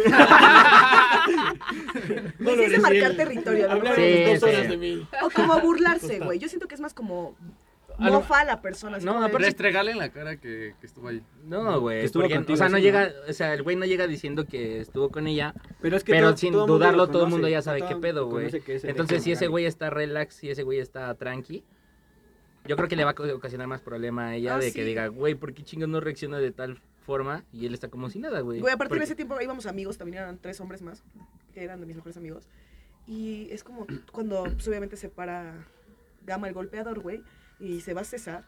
Speaker 4: Pues sí es de marcar territorio, ¿no?
Speaker 6: Hablaron
Speaker 1: Sí,
Speaker 6: dos
Speaker 1: sí.
Speaker 6: horas de mí.
Speaker 4: O como burlarse, güey. Yo siento que es más como
Speaker 2: A lo-
Speaker 4: mofa a la persona. así
Speaker 1: No,
Speaker 4: como de-
Speaker 1: aparte-
Speaker 2: Restregarle en la cara que, que estuvo ahí.
Speaker 1: No, güey.
Speaker 6: Que estuvo
Speaker 1: porque,
Speaker 6: contigo,
Speaker 1: o sea, no
Speaker 6: sí,
Speaker 1: llega, o sea, el güey no llega diciendo que estuvo con ella,
Speaker 5: Pero es que
Speaker 1: pero
Speaker 5: todo-
Speaker 1: sin
Speaker 5: todo mundo
Speaker 1: dudarlo
Speaker 5: lo
Speaker 1: todo el mundo
Speaker 5: conoce,
Speaker 1: ya sabe
Speaker 5: todo
Speaker 1: qué pedo, güey.
Speaker 5: conoce que es el
Speaker 1: Entonces,
Speaker 5: ex
Speaker 1: si ese
Speaker 5: orgánico.
Speaker 1: güey está relax, si ese güey está tranqui, yo creo que le va a co- ocasionar más problema a ella
Speaker 4: Ah,
Speaker 1: de
Speaker 4: sí.
Speaker 1: que diga, güey, ¿por qué chingos no reacciona de tal forma? Y él está como si nada, güey.
Speaker 4: Güey, aparte en
Speaker 1: Porque-
Speaker 4: ese tiempo íbamos amigos, también eran tres hombres más, que eran de mis mejores amigos. Y es como cuando, pues, obviamente, se para Gama, el golpeador, güey, y se va César.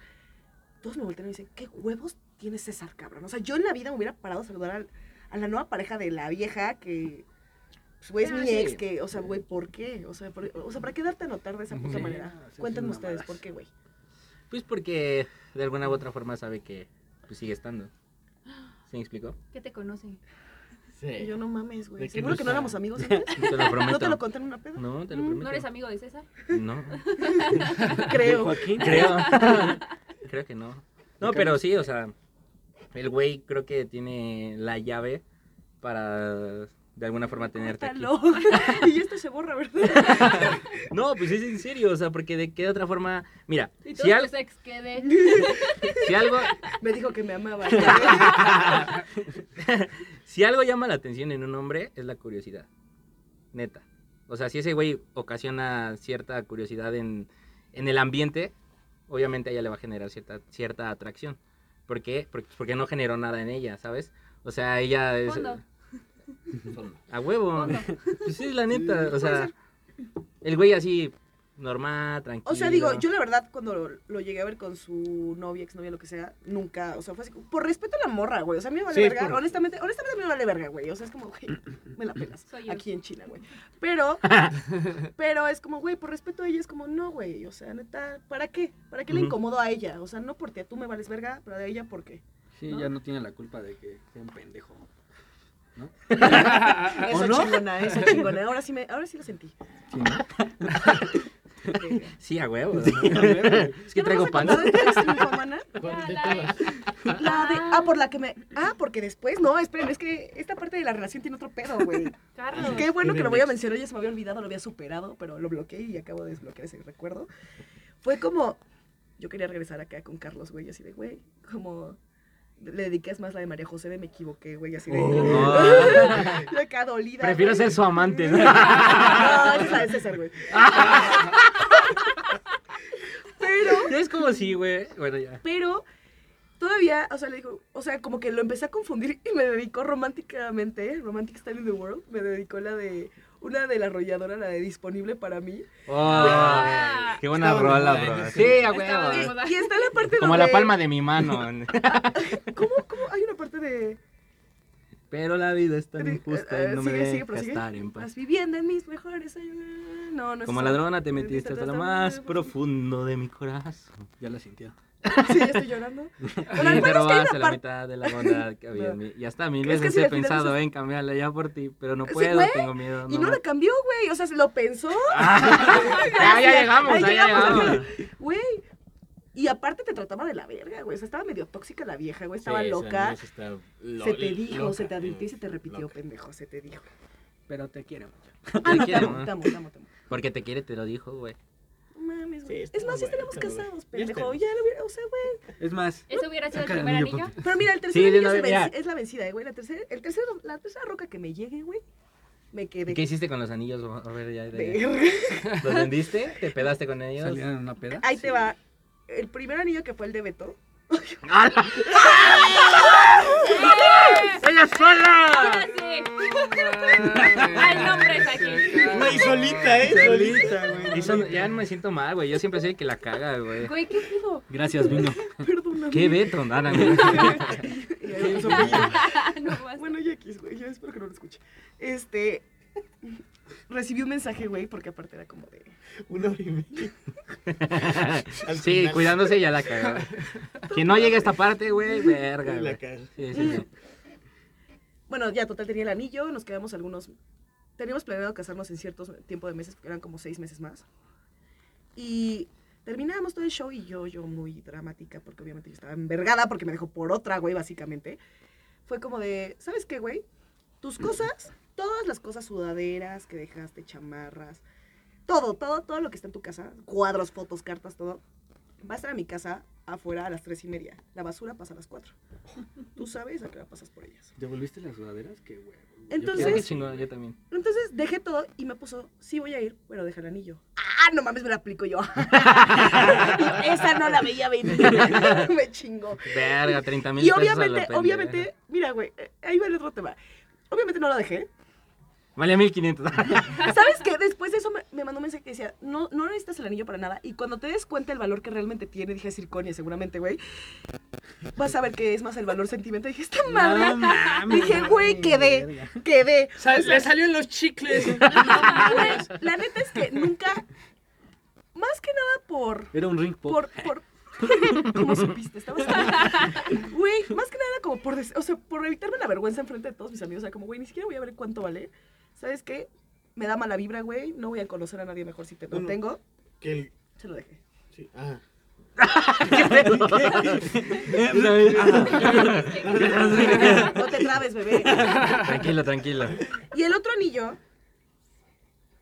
Speaker 4: Todos me voltean y me dicen, ¿qué huevos tiene César, cabrón? O sea, yo en la vida me hubiera parado a saludar al- a la nueva pareja de la vieja que, pues, güey, es
Speaker 1: Ah,
Speaker 4: mi
Speaker 1: sí.
Speaker 4: ex, que, o sea, güey, ¿por qué? O sea, por- o sea, ¿para qué darte a notar de esa puta
Speaker 1: Sí,
Speaker 4: manera?
Speaker 5: o sea, es
Speaker 4: Cuéntenme
Speaker 5: una
Speaker 4: ustedes,
Speaker 5: mamada.
Speaker 4: ¿por qué, güey?
Speaker 1: Pues porque de alguna u otra forma sabe que pues, sigue estando. ¿Se me explicó?
Speaker 3: ¿Qué te conoce?
Speaker 4: Y
Speaker 6: Sí.
Speaker 4: yo, no mames, güey.
Speaker 6: ¿De qué
Speaker 4: ¿Seguro
Speaker 6: no
Speaker 4: que no éramos
Speaker 6: sabe?
Speaker 4: amigos antes?
Speaker 1: No te lo prometo.
Speaker 4: ¿No te lo conté en una peda?
Speaker 1: No, te lo
Speaker 3: Mm,
Speaker 1: prometo.
Speaker 3: ¿No eres amigo de César?
Speaker 1: No,
Speaker 4: Creo.
Speaker 5: Joaquín.
Speaker 1: creo. creo que no. No, pero sí, o sea, el güey creo que tiene la llave para de alguna forma tenerte aquí.
Speaker 4: Córtalo. y esto se borra, ¿verdad?
Speaker 1: No, pues es en serio, o sea, porque de qué otra forma, mira,
Speaker 3: Y todos
Speaker 1: si, al-
Speaker 3: tus ex que de-
Speaker 1: si algo
Speaker 4: Me dijo que me amaba.
Speaker 1: si algo llama la atención en un hombre es la curiosidad. Neta. O sea, si ese güey ocasiona cierta curiosidad en, en el ambiente, obviamente a ella le va a generar cierta, cierta atracción. ¿Por qué? Porque, pues porque no generó nada en ella, ¿sabes? O sea, ella es...
Speaker 3: Fondo.
Speaker 1: A huevo.
Speaker 3: Fondo.
Speaker 1: Pues sí, la
Speaker 4: Mm,
Speaker 1: neta. O sea, el güey así, normal, tranquilo.
Speaker 4: O sea, digo, yo la verdad cuando lo, lo llegué a ver con su novia, exnovia, lo que sea, nunca, o sea, fue así, como- por respeto a la morra, güey, o sea, a mí me vale
Speaker 6: Sí,
Speaker 4: verga,
Speaker 6: por-
Speaker 4: honestamente, honestamente a mí me vale verga, güey, o sea, es como, güey, me la pelas,
Speaker 3: Soy yo.
Speaker 4: aquí en China, güey, pero, pero es como, güey, por respeto a ella, es como, no, güey, o sea, neta, ¿para qué? ¿Para qué le
Speaker 1: Ujú.
Speaker 4: incomodo a ella? O sea, no porque tú me vales verga, pero a ella, ¿por qué?
Speaker 5: Sí, ya no tiene la culpa de que sea un pendejo.
Speaker 1: Ah,
Speaker 4: Eso chingona, eso chingona, ahora sí me, ahora sí lo sentí.
Speaker 5: Sí, ¿no?
Speaker 1: Sí, a huevo. Es que
Speaker 4: ¿Ya no
Speaker 1: traigo
Speaker 4: vas a
Speaker 1: pan.
Speaker 4: contar de tu ex ninfómana?
Speaker 3: Ya,
Speaker 6: ¿Cuál de
Speaker 3: la de-
Speaker 6: todas?
Speaker 4: La de,
Speaker 3: Ah.
Speaker 4: ah, por la que me. Ah, porque después. No, esperen, es que esta parte de la relación tiene otro pedo, güey.
Speaker 1: Ah,
Speaker 3: Carlos.
Speaker 4: Qué bueno que lo voy a mencionar, ya se me había olvidado, lo había superado, pero lo bloqueé y acabo de desbloquear ese recuerdo. Fue como. Yo quería regresar acá con Carlos, güey, así de, güey, como. Le dediqué más la de María José de me equivoqué, güey, así de.
Speaker 1: Oh.
Speaker 4: Yo acá dolida.
Speaker 1: Prefiero
Speaker 4: güey.
Speaker 1: ser su amante,
Speaker 4: No,
Speaker 1: ¿no? Ah,
Speaker 4: esa es la de César, güey. Pero.
Speaker 1: Es como si, güey. Bueno, ya.
Speaker 4: Pero todavía, o sea, le dijo, o sea, como que lo empecé a confundir y me dedicó románticamente, ¿eh? Romantic Style in the World, me dedicó la de una de la arrolladora, la de disponible para mí.
Speaker 1: Oh,
Speaker 3: Ah.
Speaker 1: qué buena
Speaker 6: Estaba
Speaker 1: rola,
Speaker 6: muy
Speaker 1: bro.
Speaker 6: buena,
Speaker 1: Sí, a
Speaker 3: Estaba de
Speaker 1: huevo.
Speaker 3: moda.
Speaker 4: Y está la parte
Speaker 1: Como
Speaker 4: donde,
Speaker 1: la palma de mi mano.
Speaker 4: ¿Cómo, cómo? Hay una parte de
Speaker 1: Pero la vida es tan injusta
Speaker 4: Eh,
Speaker 1: y no me
Speaker 4: sigue, sigue,
Speaker 1: deja
Speaker 4: prosigue.
Speaker 1: estar en
Speaker 4: las
Speaker 1: paz.
Speaker 4: viviendas en mis mejores años. No, no es
Speaker 1: Como
Speaker 4: eso.
Speaker 1: ladrona te metiste hasta lo más
Speaker 4: Sí,
Speaker 1: profundo de mi corazón.
Speaker 5: Ya la sintió.
Speaker 4: Sí, ya estoy llorando. Bueno,
Speaker 1: Y te
Speaker 4: al menos que hay
Speaker 1: robaste
Speaker 4: una
Speaker 1: la
Speaker 4: parte...
Speaker 1: mitad de la bondad que había en mí. Y hasta mil
Speaker 4: Es que
Speaker 1: veces
Speaker 4: si
Speaker 1: he
Speaker 4: al final
Speaker 1: pensado
Speaker 4: dices-
Speaker 1: en cambiarla ya por ti, pero no
Speaker 4: Sí,
Speaker 1: puedo,
Speaker 4: güey,
Speaker 1: tengo miedo.
Speaker 4: Y no la
Speaker 1: más.
Speaker 4: cambió, güey. O sea, se lo pensó.
Speaker 1: Ah. Ya, ya llegamos,
Speaker 4: Ahí
Speaker 1: ya
Speaker 4: llegamos.
Speaker 1: llegamos.
Speaker 4: Güey. Y aparte te trataba de la verga, güey. O sea, estaba medio tóxica la vieja, güey. Estaba
Speaker 6: Sí, esa
Speaker 4: loca.
Speaker 6: niña está lo-
Speaker 4: se te dijo,
Speaker 6: loca,
Speaker 4: se te advirtió y
Speaker 6: sí,
Speaker 4: se te repitió,
Speaker 6: loca.
Speaker 4: pendejo. Se te dijo.
Speaker 5: Pero te quiero mucho.
Speaker 4: Ah, no, te
Speaker 1: quiero,
Speaker 4: amo,
Speaker 1: ¿no?
Speaker 4: te amo, te amo, te amo.
Speaker 1: Porque te quiere, te lo dijo, güey.
Speaker 4: No Mames, güey.
Speaker 6: Sí,
Speaker 4: es
Speaker 6: estaba
Speaker 4: más, ya
Speaker 6: bueno,
Speaker 4: estaremos
Speaker 6: estaba bueno.
Speaker 4: casados,
Speaker 6: Ya
Speaker 4: pendejo.
Speaker 6: estamos.
Speaker 4: Ya lo hubiera, o sea, güey.
Speaker 5: Es más,
Speaker 3: ¿Ese hubiera sido el
Speaker 5: Saca el
Speaker 3: primer
Speaker 5: anillo,
Speaker 3: anillo?
Speaker 4: Pero mira, el
Speaker 1: Sí,
Speaker 4: tercer
Speaker 1: de
Speaker 4: anillo
Speaker 1: una
Speaker 4: se
Speaker 1: vez,
Speaker 4: venci-
Speaker 1: mira.
Speaker 4: es la vencida, eh, güey. La, tercer, el tercer, la tercera roca que me llegue, güey, me quedé.
Speaker 1: ¿Qué hiciste con los anillos? A ver, ya, ya, ya.
Speaker 4: verga.
Speaker 1: ¿Los vendiste? ¿Te pedaste con ellos?
Speaker 5: salieron en una peda.
Speaker 4: Ahí te va. El primer anillo que fue el de Beto.
Speaker 1: ¡Ella
Speaker 3: Ahora
Speaker 1: sola!
Speaker 3: sí. Hay nombres aquí.
Speaker 6: Güey, solita, ¿eh? Solita.
Speaker 5: Solita, güey.
Speaker 1: Eso no- ya no me siento mal, güey. Yo siempre soy el que la caga, güey.
Speaker 3: Güey, ¿qué digo?
Speaker 5: Gracias, vino.
Speaker 4: Perdóname.
Speaker 1: ¿Qué Beto? Nada, güey.
Speaker 4: Y ahí nos sonríe.
Speaker 3: No más.
Speaker 4: Bueno, ya X, güey, yo espero que no lo escuche. Este. Recibí un mensaje, güey, porque aparte era como de.
Speaker 6: Una hora y media. Al
Speaker 1: Sí,
Speaker 6: final,
Speaker 1: cuidándose ya la caga. Que no llegue a esta parte, güey, verga.
Speaker 6: La
Speaker 1: güey.
Speaker 6: caga.
Speaker 1: Sí, sí, sí.
Speaker 4: Bueno, ya total tenía el anillo, nos quedamos algunos Teníamos planeado casarnos en cierto tiempo de meses, porque eran como seis meses más. Y terminábamos todo el show y yo, yo muy dramática, porque obviamente yo estaba envergada, porque me dejó por otra, güey, básicamente. Fue como de, ¿sabes qué, güey? Tus cosas, todas las cosas sudaderas que dejaste, chamarras, todo, todo, todo lo que está en tu casa, cuadros, fotos, cartas, todo, va a estar a mi casa afuera a las tres y media. La basura pasa a las cuatro. Tú sabes a qué hora pasas por ellas.
Speaker 5: ¿Devolviste las sudaderas? Qué huevo. Yo
Speaker 4: Entonces-
Speaker 5: quiero-
Speaker 1: Qué chingón, yo también.
Speaker 4: Entonces dejé todo y me puso, sí voy a ir, pero deja el anillo. Ah, no mames, me la aplico yo. Esa no la veía venir. me chingó.
Speaker 1: Verga, 30 mil
Speaker 4: Y
Speaker 1: pesos. a la
Speaker 4: obviamente,
Speaker 1: pendeja.
Speaker 4: obviamente, mira, güey, eh, ahí va el otro tema. Obviamente no lo dejé.
Speaker 1: Vale, 1500.
Speaker 4: ¿Sabes qué? Después de eso me, me mandó un mensaje que decía, no, no necesitas el anillo para nada. Y cuando te des cuenta el valor que realmente tiene, dije circonia seguramente, güey, vas a ver que es más el valor sentimental. Dije, esta madre. dije, güey, quedé,
Speaker 5: Verga.
Speaker 4: quedé.
Speaker 2: Sal- le salió en los chicles.
Speaker 4: Ah, Güey, la neta es que nunca, más que nada por...
Speaker 5: Era un ring pop.
Speaker 4: Por, por... ¿Cómo supiste? Estabas... Güey, más que nada como por... des- O sea, por evitarme la vergüenza enfrente de todos mis amigos. O sea, como, güey, ni siquiera voy a ver cuánto vale. ¿Sabes qué? Me da mala vibra, güey. No voy a conocer a nadie mejor si te lo
Speaker 6: Bueno.
Speaker 4: tengo.
Speaker 6: Que el...
Speaker 4: Se lo dejé.
Speaker 6: Sí, ah.
Speaker 1: Ah,
Speaker 4: No te trabes, bebé.
Speaker 1: tranquilo, tranquilo.
Speaker 4: Y el otro anillo,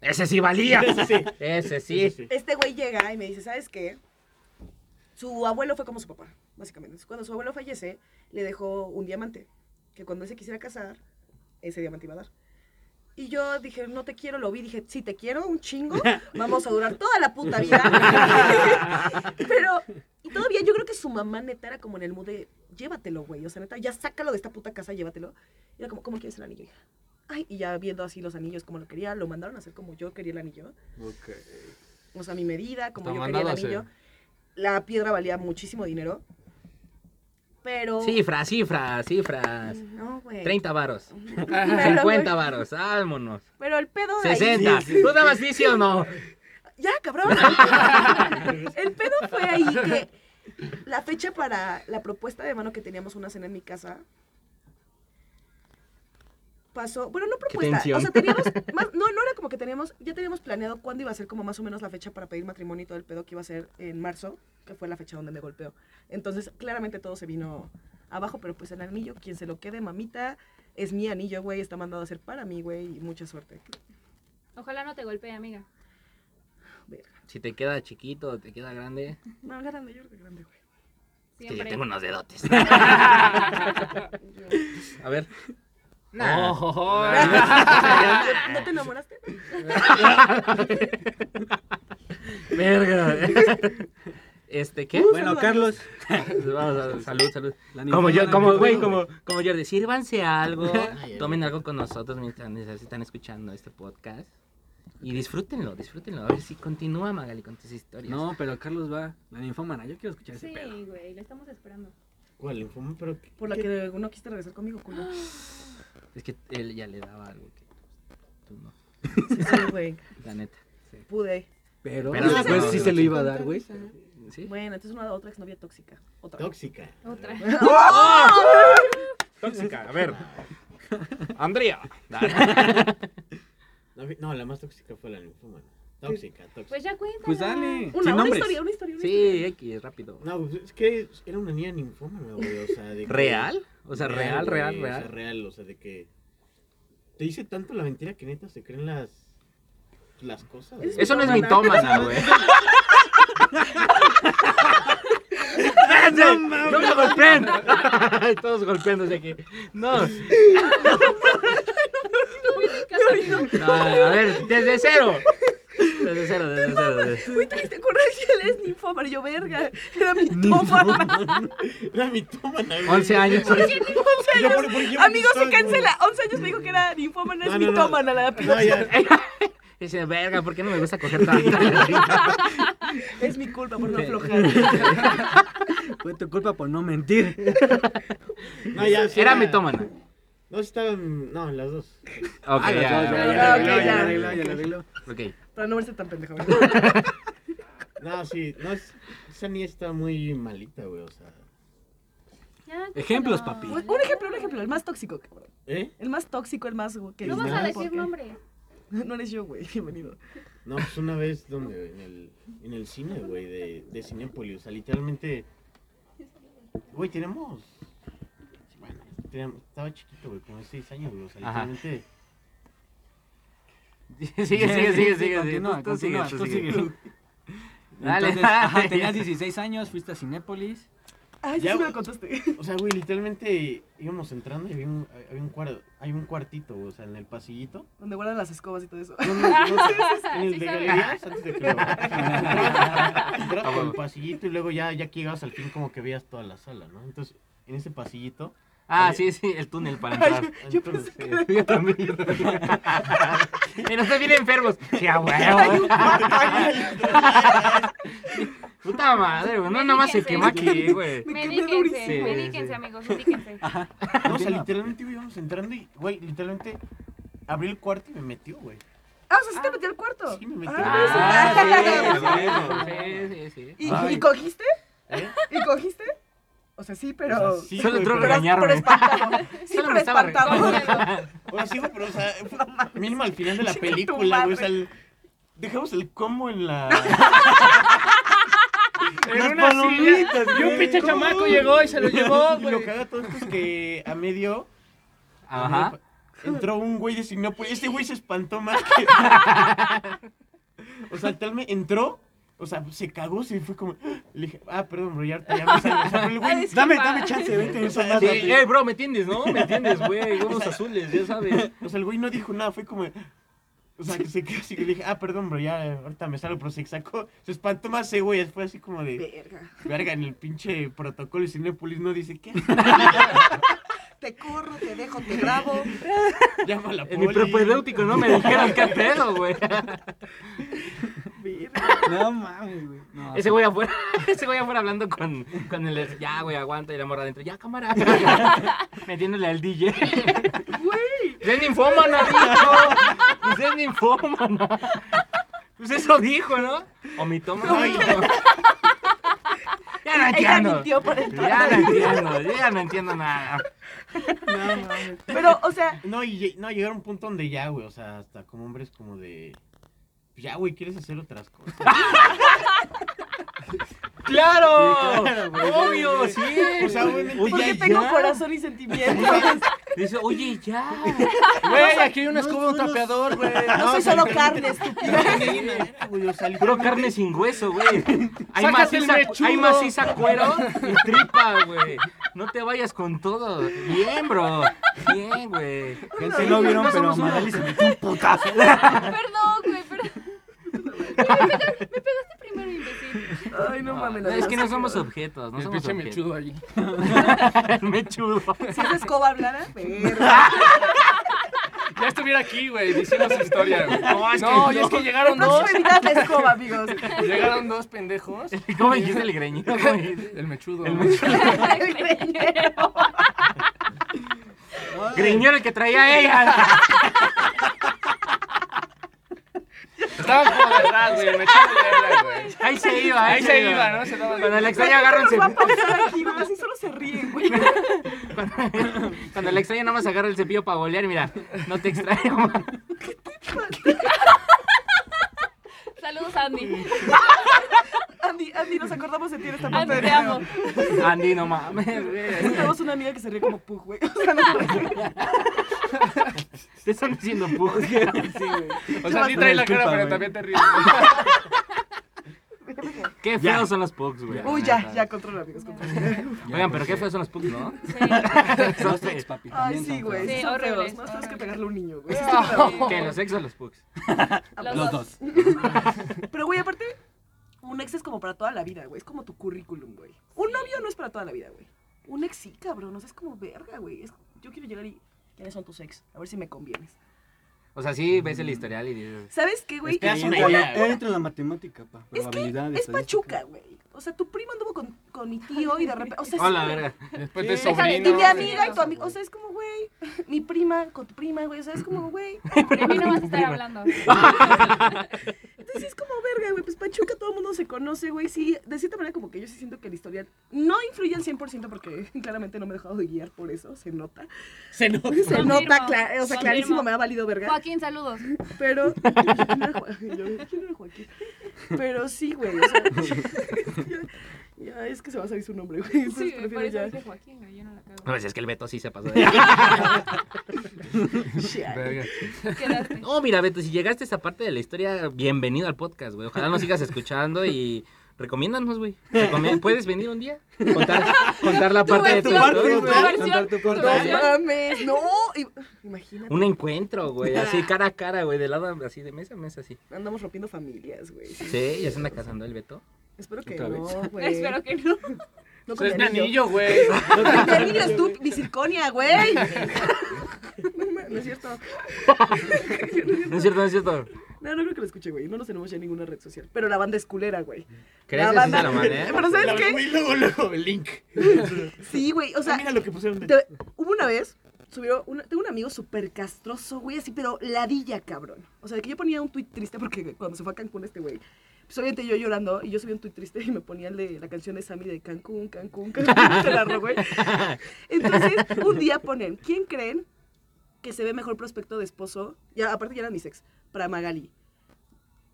Speaker 1: Ese sí valía.
Speaker 6: Ese sí.
Speaker 1: Ese
Speaker 6: Sí,
Speaker 1: sí.
Speaker 6: sí, sí.
Speaker 4: este güey llega y me dice, ¿sabes qué? Su abuelo fue como su papá, básicamente. Entonces, Cuando su abuelo fallece, le dejó un diamante, que cuando él se quisiera casar, ese diamante iba a dar. Y yo dije, no te quiero, lo vi, dije, sí te quiero, un chingo, vamos a durar toda la puta vida. Pero, y todavía yo creo que su mamá neta era como en el mood de, llévatelo, güey, o sea, neta, ya sácalo de esta puta casa, llévatelo. Y era como, ¿cómo quieres el anillo, hija? Ay, y ya viendo así los anillos como lo quería, lo mandaron a hacer como yo quería el anillo.
Speaker 5: Ok.
Speaker 4: O sea, mi medida, como
Speaker 1: Está
Speaker 4: yo quería el
Speaker 1: mandado, sí.
Speaker 4: anillo. La piedra valía muchísimo dinero. Pero.
Speaker 1: Cifras, cifras, cifras.
Speaker 4: No, güey.
Speaker 1: 30 varos.
Speaker 4: Pero,
Speaker 1: 50
Speaker 4: güey,
Speaker 1: varos. Vámonos.
Speaker 4: Pero el pedo de ahí-
Speaker 1: 60. ¿Tú dabas sí, sí o no?
Speaker 4: Ya, cabrón. el pedo fue ahí que la fecha para la propuesta de mano que teníamos una cena en mi casa pasó, bueno, no propuesta, o
Speaker 1: tensión.
Speaker 4: sea, teníamos, más- no, no era como que teníamos, ya teníamos planeado cuándo iba a ser como más o menos la fecha para pedir matrimonio y todo el pedo que iba a ser en marzo, que fue la fecha donde me golpeó. Entonces, claramente todo se vino abajo, pero pues el anillo, quien se lo quede, mamita, es mi anillo, güey, está mandado a ser para mí, güey, y mucha suerte.
Speaker 3: Ojalá no te golpee, amiga.
Speaker 4: Verga.
Speaker 1: Si te queda chiquito o te queda grande.
Speaker 4: No, grande, yo creo que grande, güey.
Speaker 1: Que
Speaker 3: Siempre.
Speaker 1: yo tengo unos dedotes. A ver. Oh,
Speaker 2: No.
Speaker 4: ¿No te enamoraste?
Speaker 1: Verga. Este, ¿qué?
Speaker 6: Bueno, Carlos.
Speaker 1: Vamos a- salud, salud.
Speaker 5: La
Speaker 1: Como yo,
Speaker 5: ninfómana
Speaker 1: como,
Speaker 5: del
Speaker 1: güey,
Speaker 5: juego.
Speaker 1: como, como Jordi, sírvanse algo,
Speaker 6: Ay, ay,
Speaker 1: tomen
Speaker 6: ay.
Speaker 1: algo con nosotros mientras mientras están escuchando este podcast. Y disfrútenlo, disfrútenlo. A ver si continúa Magali con tus historias.
Speaker 5: No, pero Carlos va. La ninfómana. Yo quiero escuchar ese pedo.
Speaker 3: Sí, güey, lo estamos esperando.
Speaker 6: ¿Cuál informe? Pero qué-
Speaker 4: Por la
Speaker 6: qué- Ah.
Speaker 4: que no quisiste regresar conmigo, culo.
Speaker 1: Es que él ya le daba algo que tú no,
Speaker 4: Sí, güey.
Speaker 1: la neta.
Speaker 4: Pude.
Speaker 5: Pero,
Speaker 1: Pero
Speaker 5: después
Speaker 1: no,
Speaker 5: sí
Speaker 1: no,
Speaker 5: se
Speaker 1: no,
Speaker 5: lo iba a dar, güey.
Speaker 1: ¿Sí?
Speaker 4: Bueno, entonces una otra exnovia tóxica. Otra.
Speaker 6: Tóxica.
Speaker 3: Otra.
Speaker 1: Tóxica, a ver. Andrea.
Speaker 6: No, vi- No, la más tóxica fue la linfómana. Tóxica, tóxica.
Speaker 3: Pues ya cuéntala.
Speaker 5: Pues dale.
Speaker 4: Una,
Speaker 5: Sin
Speaker 4: una
Speaker 5: nombres.
Speaker 4: historia, una historia, una
Speaker 1: Sí, X, rápido.
Speaker 6: No, pues, es que era una niña ninfómana, güey. O sea, de que-
Speaker 1: ¿Real? O sea, real,
Speaker 6: güey,
Speaker 1: real,
Speaker 6: O sea,
Speaker 1: real.
Speaker 6: real, o sea, de que te dice tanto la mentira que neta se creen las las cosas. güey.
Speaker 1: Eso no es mitómana, güey. No, no me golpeen. Todos golpeándose aquí. No. No, a ver, desde cero. Desde cero, desde cero. desde-
Speaker 6: eh.
Speaker 4: historia. Muy triste, con Rachel es ninfómana, yo verga. Era mitómana.
Speaker 6: Era mitómana, güey.
Speaker 1: 11 años.
Speaker 4: Once
Speaker 6: Yo
Speaker 4: años.
Speaker 6: por- por- yo me
Speaker 4: Amigo, se
Speaker 6: gustaba,
Speaker 4: cancela. 11 años me dijo que era ninfómana, es
Speaker 6: No, no, no.
Speaker 4: mitómana la
Speaker 6: güey.
Speaker 4: pinche.
Speaker 6: No, ya.
Speaker 1: Dice, verga, ¿por qué no me gusta coger tanto?
Speaker 4: Es mi culpa por no aflojar.
Speaker 5: Fue tu culpa por no mentir.
Speaker 6: No, ya. sí
Speaker 1: Era mitómana.
Speaker 6: No, sí estaban. No, las dos.
Speaker 1: Ok,
Speaker 5: Ah,
Speaker 1: ya,
Speaker 5: ya,
Speaker 1: ya,
Speaker 5: ya,
Speaker 1: ya,
Speaker 4: ok,
Speaker 1: ya,
Speaker 5: ya, ya,
Speaker 1: ya,
Speaker 5: arregló,
Speaker 1: ya,
Speaker 5: ya,
Speaker 1: ya.
Speaker 5: arregló.
Speaker 1: Ok.
Speaker 4: Para no verse tan pendeja.
Speaker 6: No, sí. No, es- esa niña está muy malita, güey. O sea.
Speaker 3: Ya,
Speaker 5: Ejemplos,
Speaker 3: cuéntala. Pues
Speaker 5: papi.
Speaker 4: Un ejemplo, un ejemplo. El más tóxico, cabrón.
Speaker 6: ¿Eh?
Speaker 4: El más tóxico, el más... Que
Speaker 3: No vas a
Speaker 6: Nada,
Speaker 3: decir
Speaker 4: nombre.
Speaker 3: nombres.
Speaker 4: No eres yo, güey. Bienvenido.
Speaker 6: No, pues una vez donde en el, en el cine, güey, de, de Cinépolis. O sea, literalmente. Güey, tenemos. Bueno, teníamos- estaba chiquito, güey, como 6 años, güey. O sea,
Speaker 1: Ajá.
Speaker 6: literalmente.
Speaker 1: Sigue, sigue, sigue, sigue.
Speaker 7: Continúa,
Speaker 1: Tú- tú sigue,
Speaker 7: continúa,
Speaker 1: tú
Speaker 7: tú
Speaker 1: sigue.
Speaker 7: sigue.
Speaker 1: Dale,
Speaker 7: Entonces,
Speaker 1: dale.
Speaker 7: ajá, tenías 16 años, fuiste a Cinépolis.
Speaker 4: Ay,
Speaker 6: Ya,
Speaker 4: ya sí me
Speaker 6: güey.
Speaker 4: lo contaste.
Speaker 6: O sea, güey, literalmente íbamos entrando y había un, había un, cuar- hay un cuartito, güey, o sea, en el pasillito.
Speaker 4: Donde guardan las escobas y todo eso.
Speaker 6: No, no, no, en el
Speaker 3: Sí
Speaker 6: de
Speaker 3: sabe.
Speaker 6: galerías, antes de que lo
Speaker 1: Ah,
Speaker 6: Entras por el pasillito y luego ya, ya que llegabas al fin como que veías toda la sala, ¿no? Entonces, en ese pasillito...
Speaker 1: Ah, sí, sí, el túnel para entrar.
Speaker 4: Yo
Speaker 6: entonces,
Speaker 1: Yo también. Pero están bien enfermos. Sí, a huevo. Puta madre, güey. No, nada más se quemó aquí, güey.
Speaker 4: Me quemé
Speaker 3: Medíquense,
Speaker 1: durísimo.
Speaker 3: medíquense,
Speaker 1: Sí, sí.
Speaker 3: amigos, medíquense.
Speaker 6: no, o sea, literalmente güey, íbamos entrando y, güey, literalmente abrí el cuarto y me metió, güey.
Speaker 4: Ah, o sea, sí te metí al cuarto.
Speaker 6: Sí, me metí.
Speaker 4: Ah,
Speaker 1: Ah,
Speaker 4: eso.
Speaker 1: sí, sí, sí, sí.
Speaker 4: ¿Y,
Speaker 7: Ay.
Speaker 4: ¿Y cogiste?
Speaker 6: ¿Eh?
Speaker 4: ¿Y cogiste? O sea, sí, pero.
Speaker 6: O sea, sí,
Speaker 1: Solo
Speaker 6: güey,
Speaker 1: entró
Speaker 4: pero,
Speaker 6: pero-
Speaker 4: pero
Speaker 1: regañarme.
Speaker 4: espantado. Sí,
Speaker 1: Solo
Speaker 4: pero
Speaker 1: me estaba
Speaker 4: espantado.
Speaker 6: O sea, sí, güey, pero, o sea, fue mínimo al final de la
Speaker 4: Chinga tu
Speaker 6: película, güey, o sea,
Speaker 4: madre.
Speaker 6: el- dejamos el combo en la...
Speaker 2: En
Speaker 6: Las
Speaker 2: una
Speaker 6: palomitas,
Speaker 2: silla. Y un
Speaker 6: güey,
Speaker 2: pinche
Speaker 6: ¿cómo?
Speaker 2: chamaco llegó y se lo llevó,
Speaker 6: Y lo
Speaker 2: güey.
Speaker 6: que haga todo esto es que a medio...
Speaker 1: Ajá.
Speaker 6: Entró un güey de Cinepolis. Ese güey se espantó más que. o sea, tal me entró. O sea, se cagó, se fue como. Le dije, ah, perdón, bro, ya ahorita ya me salgo. O sea, pero el güey,
Speaker 3: Disculpa.
Speaker 6: dame, dame chance, vente, o sea, más
Speaker 1: Sí,
Speaker 6: rápido.
Speaker 1: eh, bro, ¿me entiendes, no? ¿Me entiendes, güey? Gorros azules, ya sabes.
Speaker 6: O sea, el güey no dijo nada, fue como. O sea, que se quedó así que le dije, ah, perdón, bro, ya eh, ahorita me salgo, pero se sacó. Se espantó más ese güey, fue así como de.
Speaker 4: Verga.
Speaker 6: Verga, en el pinche protocolo de Cinepolis no dice qué.
Speaker 4: Te corro, te dejo, te grabo.
Speaker 6: Llama a la
Speaker 1: En mi
Speaker 6: poli.
Speaker 1: propedéutico no me dijeron qué pedo, güey.
Speaker 7: No mames, güey. No,
Speaker 1: Ese güey afuera, ese güey afuera hablando con, con el. Ya, güey, aguanta y la morra adentro. Ya, cámara. Metiéndole al DJ. Güey. Es ninfómano, dijo. Pues es ninfómano. Pues eso dijo, ¿no? O mitómano. Ya no
Speaker 4: Ella
Speaker 1: entiendo.
Speaker 4: mintió por el
Speaker 1: Ya no entiendo. Yo ya no entiendo nada.
Speaker 7: No mames.
Speaker 4: Pero, o sea,
Speaker 6: No, y lle- no, llegar a un punto donde ya, güey, o sea, hasta como hombres como de... "Pues Ya, güey, quieres hacer otras cosas.
Speaker 1: ¡Claro!
Speaker 7: güey.
Speaker 1: Obvio, sí.
Speaker 6: O sea, obviamente
Speaker 1: Oye,
Speaker 4: porque
Speaker 6: ya,
Speaker 4: tengo
Speaker 1: ya.
Speaker 4: corazón y sentimientos. este,
Speaker 1: Dice, oye, ya.
Speaker 2: Güey, aquí hay una escoba, un trapeador, güey.
Speaker 4: No soy solo carne, estúpida.
Speaker 6: ya, güey, o sea,
Speaker 1: Puro
Speaker 6: literalmente-
Speaker 1: carne sin hueso, güey. Hay
Speaker 2: Sácate
Speaker 1: maciza,
Speaker 2: el mechudo.
Speaker 1: hay maciza, cuero y tripa, güey. No te vayas con todo. Bien, bro. Bien, güey.
Speaker 7: Que sí lo vieron,
Speaker 1: No
Speaker 7: pero
Speaker 1: somos una-
Speaker 7: Magali se metió un putazo.
Speaker 3: Perdón, güey, perdón. Me pegaste, me pegaste primero, imbécil.
Speaker 4: Ay, no mames.
Speaker 1: No, es que no
Speaker 4: verdad,
Speaker 1: somos
Speaker 4: sí,
Speaker 1: objetos, no
Speaker 2: El
Speaker 1: somos
Speaker 2: pinche
Speaker 1: objetos.
Speaker 2: mechudo allí.
Speaker 1: El mechudo.
Speaker 4: Si esa escoba hablara, verga.
Speaker 2: Ya estuviera aquí, güey, diciendo su historia, güey. No,
Speaker 1: es que
Speaker 2: no, y
Speaker 1: no.
Speaker 2: es que llegaron
Speaker 4: No
Speaker 2: dos.
Speaker 4: se evitas la escoba, amigos.
Speaker 2: Llegaron dos pendejos.
Speaker 1: ¿Cómo dijiste el greñido? ¿Cómo dijiste?
Speaker 2: El mechudo.
Speaker 1: El
Speaker 2: ¿no?
Speaker 1: mechudo.
Speaker 4: El greñero.
Speaker 1: Greñero el que traía ella.
Speaker 2: Estaban como detrás, güey. El mechudo ya era, güey.
Speaker 1: Ahí se iba, ahí,
Speaker 2: Ahí se iba, ¿no? Se daba de-
Speaker 1: Cuando la extraña
Speaker 4: Nos va a
Speaker 1: agarra
Speaker 4: pausar aquí, ¿no? Así solo se ríen, güey.
Speaker 1: el cepillo. Cuando la extraña nada más agarra el cepillo para bolear, mira, no te extraño. ma.
Speaker 3: Saludos, Andy.
Speaker 4: Andy, Andy, nos acordamos de ti en esta parte
Speaker 3: Andy,
Speaker 4: del
Speaker 3: te amo.
Speaker 1: Andy, no mames, güey.
Speaker 4: Tenemos una amiga que se ríe como pug, güey. O sea,
Speaker 3: Ah.
Speaker 4: no,
Speaker 1: Te están diciendo pujo.
Speaker 2: O sea, sí trae la cara, pero también te ríes.
Speaker 1: Qué feos son los pugs, güey.
Speaker 4: Uy, ya, ya, controla, amigos, controla.
Speaker 1: Oigan,
Speaker 2: pues
Speaker 1: pero qué feos son los pugs, ¿no?
Speaker 7: Los ex, papi.
Speaker 4: Ay,
Speaker 7: también
Speaker 4: sí,
Speaker 7: son
Speaker 4: güey.
Speaker 7: feos.
Speaker 4: Sí,
Speaker 3: Sí,
Speaker 4: son
Speaker 3: horribles,
Speaker 4: feos. Más feos que
Speaker 3: horribles.
Speaker 4: pegarle a un niño, güey.
Speaker 1: Que los ex son los pugs.
Speaker 3: Los
Speaker 7: Los
Speaker 3: dos.
Speaker 7: dos.
Speaker 4: Pero, güey, aparte, un ex es como para toda la vida, güey. Es como tu currículum, güey. Un novio no es para toda la vida, güey. Un ex sí, cabrón. O sea, es como verga, güey. Es- Yo quiero llegar y... ¿Quiénes son tus ex? A ver si me convienes.
Speaker 1: O sea, sí ves el historial y dices.
Speaker 4: ¿Sabes qué, güey?
Speaker 6: Te hace una
Speaker 7: Entra la-
Speaker 6: idea, güey.
Speaker 7: Entra la matemática, pa.
Speaker 4: Es
Speaker 7: probabilidad,
Speaker 4: que es
Speaker 7: estadística.
Speaker 4: pachuca, güey. O sea, tu primo anduvo con, con mi tío y de repente... O sea,
Speaker 1: Hola,
Speaker 4: sí,
Speaker 1: verga.
Speaker 2: Después de
Speaker 3: Deja de-
Speaker 2: sobrino.
Speaker 4: Y mi
Speaker 3: No,
Speaker 4: amiga
Speaker 3: sí,
Speaker 4: y tu amigo, o sea, es como, güey, mi prima con tu prima, güey, o sea, es como, güey.
Speaker 3: De mí no vas a estar hablando.
Speaker 4: Entonces es como, ver, verga, güey, pues Pachuca todo el mundo se conoce, güey. Sí, de cierta manera como que yo sí siento que la historia no influye al 100% porque claramente no me he dejado de guiar por eso, se nota.
Speaker 2: Se nota.
Speaker 4: Se
Speaker 3: Confirmo,
Speaker 4: nota, cla- o sea,
Speaker 3: confirmo.
Speaker 4: clarísimo, me ha valido verga.
Speaker 3: Joaquín, saludos.
Speaker 4: Pero. ¿Quién era Joaquín? Yo, ¿quién era Joaquín? Pero sí, güey. O sea, ya, ya, es que se va a salir su nombre, güey. Entonces
Speaker 3: Sí, por
Speaker 4: prefiero
Speaker 3: eso
Speaker 4: ya.
Speaker 3: dije Joaquín, güey, yo no la
Speaker 1: No,
Speaker 3: cago.
Speaker 1: pues es que el Beto sí se pasó de...
Speaker 4: Chale.
Speaker 7: Verga.
Speaker 3: Quedaste.
Speaker 1: No, mira, Beto, si llegaste a esta parte de la historia, bienvenido al podcast, güey. Ojalá nos sigas escuchando y recomiéndanos, güey. Recomi- ¿Puedes venir un día? Contar, contar la parte de tu
Speaker 3: versión,
Speaker 1: historia,
Speaker 3: tu
Speaker 1: güey.
Speaker 3: versión,
Speaker 7: Contar tu
Speaker 3: tu
Speaker 7: corto.
Speaker 4: No
Speaker 3: versión.
Speaker 4: mames, no. i- Imagínate.
Speaker 1: Un encuentro, güey,
Speaker 4: Ah.
Speaker 1: así cara a cara, güey, de lado a- así, de mesa a mesa, así.
Speaker 4: Andamos rompiendo familias, güey.
Speaker 1: Sí, ya se anda casando el Beto.
Speaker 4: Espero que
Speaker 5: Otra
Speaker 4: no, güey.
Speaker 3: Espero que no.
Speaker 4: No
Speaker 2: Eso
Speaker 4: con
Speaker 2: es
Speaker 4: mi
Speaker 2: mi
Speaker 4: anillo.
Speaker 2: anillo, güey.
Speaker 4: Con mi anillo es tu mi circonia, güey. No, ma- no es cierto.
Speaker 1: No es cierto, no es cierto.
Speaker 4: No, no creo que lo escuche, güey. No nos tenemos ya en ninguna red social. Pero la banda es culera, güey.
Speaker 1: ¿Crees que sí se ¿eh? la mané?
Speaker 4: Pero ¿sabes
Speaker 6: La-
Speaker 4: qué?
Speaker 6: güey, luego, luego, el link.
Speaker 4: Sí, güey. O
Speaker 6: Ah,
Speaker 4: sea,
Speaker 6: mira lo que pusieron. de-
Speaker 4: te- hubo una vez, subió, una- tengo un amigo súper castroso, güey, así, pero ladilla, cabrón. O sea, que yo ponía un tuit triste porque cuando se fue a Cancún este güey, pues obviamente yo llorando, y yo subí un tuit triste y me ponía el de la canción de Sammy de Cancún, Cancún, Cancún, se la arro, güey. Entonces, un día ponen, ¿quién creen que se ve mejor prospecto de esposo? Ya, aparte ya era mi sex, para Magali.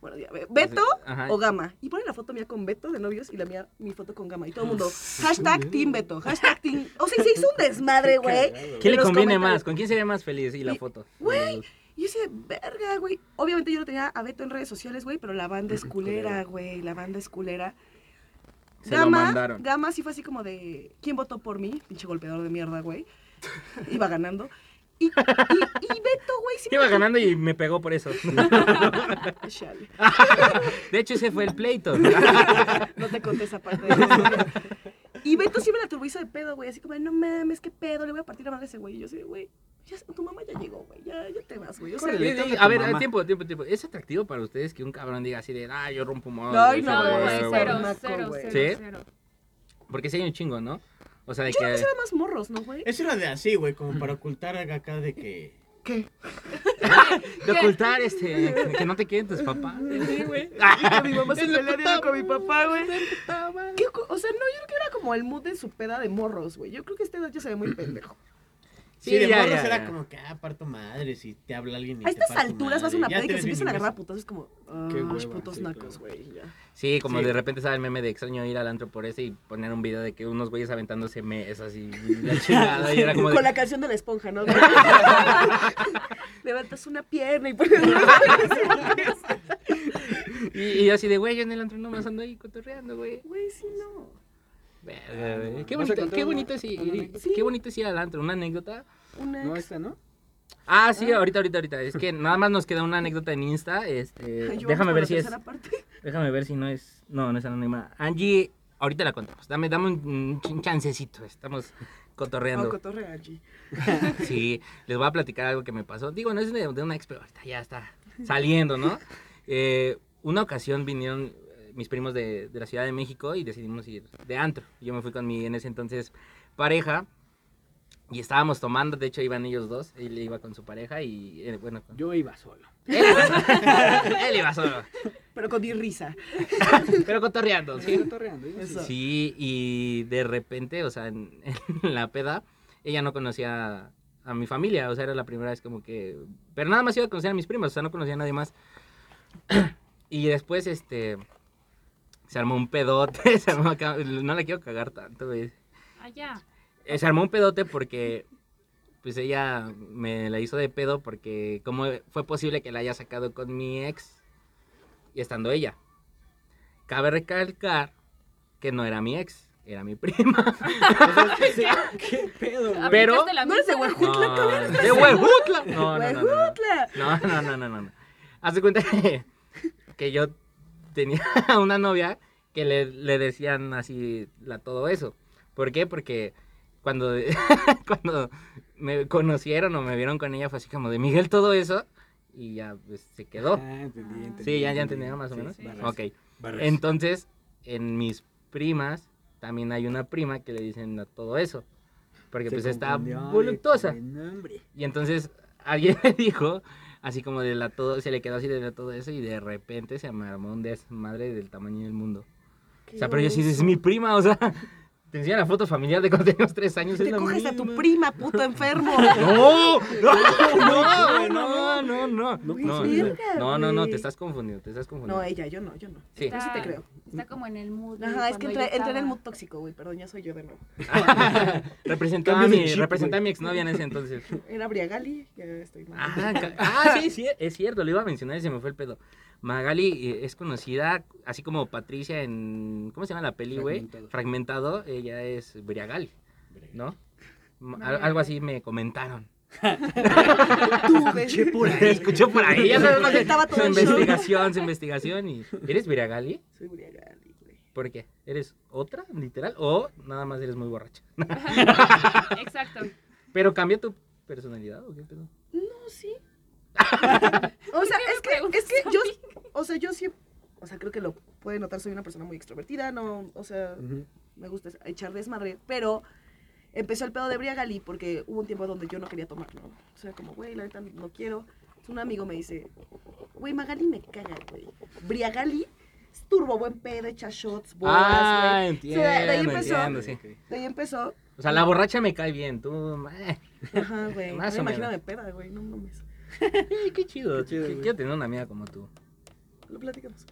Speaker 4: Bueno, ya, ve- Beto
Speaker 1: Ajá.
Speaker 4: o Gama. Y ponen la foto mía con Beto de novios y la mía, mi foto con Gama. Y todo el mundo, hashtag Team Beto, hashtag Team. O sea, se hizo un desmadre, güey.
Speaker 1: ¿Qué le
Speaker 4: Los
Speaker 1: conviene
Speaker 4: comentarios.
Speaker 1: más? ¿Con quién sería más feliz? Y la
Speaker 4: Y-
Speaker 1: foto.
Speaker 4: güey. Y yo decía, verga, güey. Obviamente yo no tenía a Beto en redes sociales, güey, pero la banda es culera, güey. La banda es culera.
Speaker 1: Se lo mandaron.
Speaker 4: Gama sí fue así como de, ¿quién votó por mí? Pinche golpeador de mierda, güey. Iba ganando. Y, y, y Beto, güey, sí.
Speaker 1: Iba ganando y me pegó por eso.
Speaker 4: Chale.
Speaker 1: De hecho, ese fue el pleito.
Speaker 4: No te conté esa parte de la historia. Y Beto siempre la turbiza de pedo, güey. Así como, de, no mames, qué pedo, le voy a partir la madre a ese güey. Y yo así, de, güey, ya, tu mamá ya llegó, güey. Ya, ya te vas, güey. O sea,
Speaker 7: Córrele,
Speaker 1: Eh, eh,
Speaker 7: toca
Speaker 1: a
Speaker 7: tu
Speaker 1: ver,
Speaker 7: mamá.
Speaker 1: tiempo, tiempo, tiempo. ¿Es atractivo para ustedes que un cabrón diga así de, ah, yo rompo modo?
Speaker 4: Ay,
Speaker 3: No,
Speaker 4: No,
Speaker 3: güey,
Speaker 4: güey,
Speaker 3: cero,
Speaker 4: güey.
Speaker 3: cero,
Speaker 4: ¿Sí?
Speaker 3: cero, cero.
Speaker 1: Porque si hay un chingo, ¿no? O sea, de
Speaker 4: yo creo que
Speaker 1: que...
Speaker 4: será más morros, ¿no, güey?
Speaker 6: Eso era de así, güey, como para ocultar acá de que.
Speaker 4: ¿Qué?
Speaker 1: De ocultar, este, que- que no te quieren tus papás.
Speaker 4: mi mamá se pelearía con mi papá, güey. ¿Qué co- O sea, no, yo creo que era como el mood de su peda de morros, güey. Yo creo que este edad ya se ve muy pendejo.
Speaker 6: Sí,
Speaker 1: Sí,
Speaker 6: de
Speaker 1: ya,
Speaker 6: morros
Speaker 1: ya,
Speaker 6: era
Speaker 1: ya.
Speaker 6: como que, ah, parto madre, si te habla alguien. y
Speaker 4: A
Speaker 6: te
Speaker 4: estas
Speaker 6: parto
Speaker 4: alturas vas a
Speaker 6: madre,
Speaker 4: una
Speaker 6: ya
Speaker 4: peda y
Speaker 6: te
Speaker 4: que
Speaker 6: ves
Speaker 4: se
Speaker 6: bien
Speaker 4: empiezan a agarrar a
Speaker 6: imbécil.
Speaker 4: putazos es como,
Speaker 5: Qué
Speaker 4: ah,
Speaker 5: hueva,
Speaker 4: putos
Speaker 5: sí, claro.
Speaker 4: nacos, güey. ya.
Speaker 1: Sí, como
Speaker 6: Sí.
Speaker 1: de repente sale el meme de extraño ir al antro por ese y poner un video de que unos güeyes aventándose me es así, la chingada, y era como
Speaker 4: Con
Speaker 1: de,
Speaker 4: la canción de la esponja, ¿no? Levantas una pierna y pones
Speaker 1: y, y así de, güey, yo en el antro nomás ando ahí cotorreando, güey.
Speaker 4: Güey, sí, no. Ah,
Speaker 1: Verga, güey. Qué
Speaker 7: ¿Vas a
Speaker 1: bonito,
Speaker 7: contar una-
Speaker 1: qué bonito es ir,
Speaker 7: una anécdota?
Speaker 1: qué bonito es ir al antro, una anécdota.
Speaker 4: Una
Speaker 7: No,
Speaker 4: ex-
Speaker 7: esta, ¿no?
Speaker 1: Ah, sí, ahorita, ahorita, ahorita. Es que nada más nos queda una anécdota en Insta. Este,
Speaker 4: Ay, yo
Speaker 1: déjame
Speaker 4: vamos
Speaker 1: ver
Speaker 4: por
Speaker 1: si
Speaker 4: la
Speaker 1: es.
Speaker 4: tercera parte.
Speaker 1: Déjame ver si no es. No, no es anónima. Angie, ahorita la contamos. Dame, dame un, un chancecito. Estamos
Speaker 4: Ah,
Speaker 1: cotorreando.
Speaker 4: cotorrea, Angie.
Speaker 1: Sí, les voy a platicar algo que me pasó. Digo, no es de, de una ex, pero ahorita ya está saliendo, ¿no? Eh, una ocasión vinieron eh, mis primos de, de la Ciudad de México y decidimos ir de antro. Yo me fui con mi en ese entonces pareja y estábamos tomando. De hecho, iban ellos dos. Él iba con su pareja y, eh, bueno, con-
Speaker 5: Yo iba solo.
Speaker 1: él, iba- él iba solo,
Speaker 4: Pero con mi risa.
Speaker 1: pero cotorreando, ¿sí?
Speaker 7: Cotorreando, yo
Speaker 4: Eso.
Speaker 1: Sí, y de repente, o sea, en, en la peda, ella no conocía a mi familia, o sea, era la primera vez como que... Pero nada más iba a conocer a mis primas, o sea, no conocía a nadie más. Y después, este, se armó un pedote, se armó acá- no la quiero cagar tanto, güey.
Speaker 3: Allá.
Speaker 1: Eh, Se armó un pedote porque, pues ella me la hizo de pedo porque cómo fue posible que la haya sacado con mi ex y estando ella. Cabe recalcar que no era mi ex, era mi prima.
Speaker 7: ¿Qué pedo, güey?
Speaker 1: Pero-
Speaker 3: Aplicaste la
Speaker 4: No eres de
Speaker 3: misma.
Speaker 4: Huejutla,
Speaker 1: No,
Speaker 4: cabrón.
Speaker 1: de Huejutla. No, no, no, no, no.
Speaker 4: Huejutla.
Speaker 1: No, no, no, no, no, no. Haz de cuenta que, que yo tenía una novia que le, le decían así la, todo eso. ¿Por qué? Porque cuando, cuando me conocieron o me vieron con ella fue así como de Miguel todo eso y ya pues, se quedó.
Speaker 5: Ah, entendí, entendí.
Speaker 1: Sí, ya, ya entendieron más o
Speaker 5: Sí,
Speaker 1: menos.
Speaker 5: barras.
Speaker 1: Ok. Entonces, en mis primas también hay una prima que le dicen a todo eso. Porque
Speaker 5: Se
Speaker 1: pues está
Speaker 5: confundió de
Speaker 1: voluptuosa.
Speaker 5: sobrenombre.
Speaker 1: Y entonces alguien me dijo, Así como de la todo, se le quedó así de la todo eso y de repente se me armó un desmadre del tamaño del mundo. O sea, pero yo sí, es mi prima, o sea, te enseñan la foto familiar de cuando teníamos tres años. es
Speaker 4: Te
Speaker 1: la
Speaker 4: coges a tu
Speaker 1: misma.
Speaker 4: prima, puto enfermo.
Speaker 1: ¡No! ¡No! No, no, no, no.
Speaker 4: No,
Speaker 1: No,
Speaker 4: pues,
Speaker 1: no,
Speaker 4: verga,
Speaker 1: no, no, no,
Speaker 4: güey.
Speaker 1: te estás confundiendo, te estás
Speaker 4: No,
Speaker 1: confundiendo.
Speaker 4: ella, yo no, yo no.
Speaker 1: Sí.
Speaker 4: Yo sí te creo.
Speaker 3: Está como en el mood. de
Speaker 4: Ajá, es que
Speaker 3: cuando yo
Speaker 4: entré, entré en el
Speaker 3: estaba.
Speaker 4: mood tóxico, güey. Perdón, ya soy yo de nuevo.
Speaker 1: representaba a
Speaker 5: Cambias de
Speaker 1: mi,
Speaker 5: chip,
Speaker 1: representaba a mi exnovia en ese entonces.
Speaker 4: Era Briagali, ya estoy mal.
Speaker 1: Ah, ca- ah, sí, sí, es cierto, lo iba a mencionar y se me fue el pedo. Magali eh, es conocida, así como Patricia en. ¿Cómo se llama la peli, güey? Fragmentado.
Speaker 5: Fragmentado.
Speaker 1: ella es Briagal, ¿no? Ma- al- Algo así me comentaron.
Speaker 4: Tú,
Speaker 1: Ah,
Speaker 4: güey.
Speaker 5: por
Speaker 1: Escuchó por ahí, ya sabes, no sé,
Speaker 4: Estaba todo
Speaker 1: su
Speaker 4: en shock.
Speaker 1: investigación, su investigación. y ¿Eres Briagali?
Speaker 4: Soy Briagali, güey.
Speaker 1: ¿Por qué? ¿Eres otra, literal? ¿O nada más eres muy borracha?
Speaker 3: Exacto.
Speaker 1: ¿Pero cambió tu personalidad o qué pedo?
Speaker 4: No, sí. o sea,
Speaker 3: ¿Por
Speaker 4: es
Speaker 3: qué me
Speaker 4: que, es que
Speaker 3: preguntas
Speaker 4: yo, o sea, yo sí, o sea, creo que lo puede notar, soy una persona muy extrovertida, no, o sea, me gusta echar desmadre, pero empezó el pedo de Briagali porque hubo un tiempo donde yo no quería tomar, ¿no? O sea, como, güey, la neta no quiero. Entonces, un amigo me dice, güey, Magali me caga, güey. Briagali es turbo buen pedo, echa shots, bolas,
Speaker 1: ah,
Speaker 4: güey.
Speaker 1: entiendo,
Speaker 4: Sí, de ahí empezó.
Speaker 1: entiendo, sí.
Speaker 4: De ahí empezó.
Speaker 1: O sea, la borracha me cae bien, tú... eh.
Speaker 4: Ajá, güey.
Speaker 1: Más
Speaker 4: No
Speaker 1: o
Speaker 4: me imagino
Speaker 1: menos.
Speaker 4: de peda, güey, no mames.
Speaker 1: Ey, qué chido,
Speaker 5: Qué chido,
Speaker 1: que-
Speaker 5: güey.
Speaker 1: quiero tener una amiga como tú.
Speaker 4: Lo platicamos.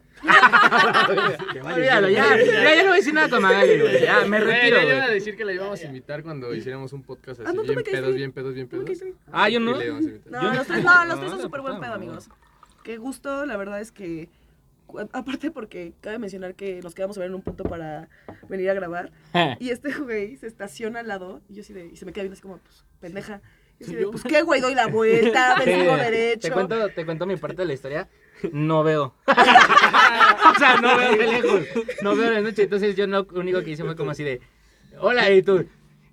Speaker 1: Olvídalo, ya, ya, ya no voy a decir nada con Magali, güey, ya, me
Speaker 2: Güey,
Speaker 1: retiro,
Speaker 2: ya le iba a
Speaker 1: güey.
Speaker 2: decir que la íbamos a invitar cuando hiciéramos un podcast
Speaker 4: Ah,
Speaker 2: así,
Speaker 4: no, tú me
Speaker 2: bien
Speaker 4: caes
Speaker 2: pedos,
Speaker 4: bien.
Speaker 2: bien pedos, bien
Speaker 4: ¿Tú me
Speaker 2: pedos.
Speaker 4: quieres?
Speaker 1: Ah, yo no.
Speaker 2: Y le íbamos a invitar.
Speaker 4: No,
Speaker 1: Yo-
Speaker 4: los tres, no, los tres son
Speaker 1: No,
Speaker 4: súper buen
Speaker 1: no,
Speaker 4: pedo,
Speaker 1: no.
Speaker 4: amigos. Qué gusto, la verdad es que. cu- Aparte, porque cabe mencionar que nos quedamos a ver en un punto para venir a grabar.
Speaker 1: Ah.
Speaker 4: Y este güey se estaciona al lado. Y yo así de. Y se me queda viendo así como, pues, pendeja. Y yo así de, pues, qué güey, doy la vuelta, me sigo derecho.
Speaker 1: Te cuento, te cuento mi parte de la historia. No veo. o sea, no veo de lejos. No veo de noche. Entonces yo no, lo único que hice fue como así de, hola, y tú,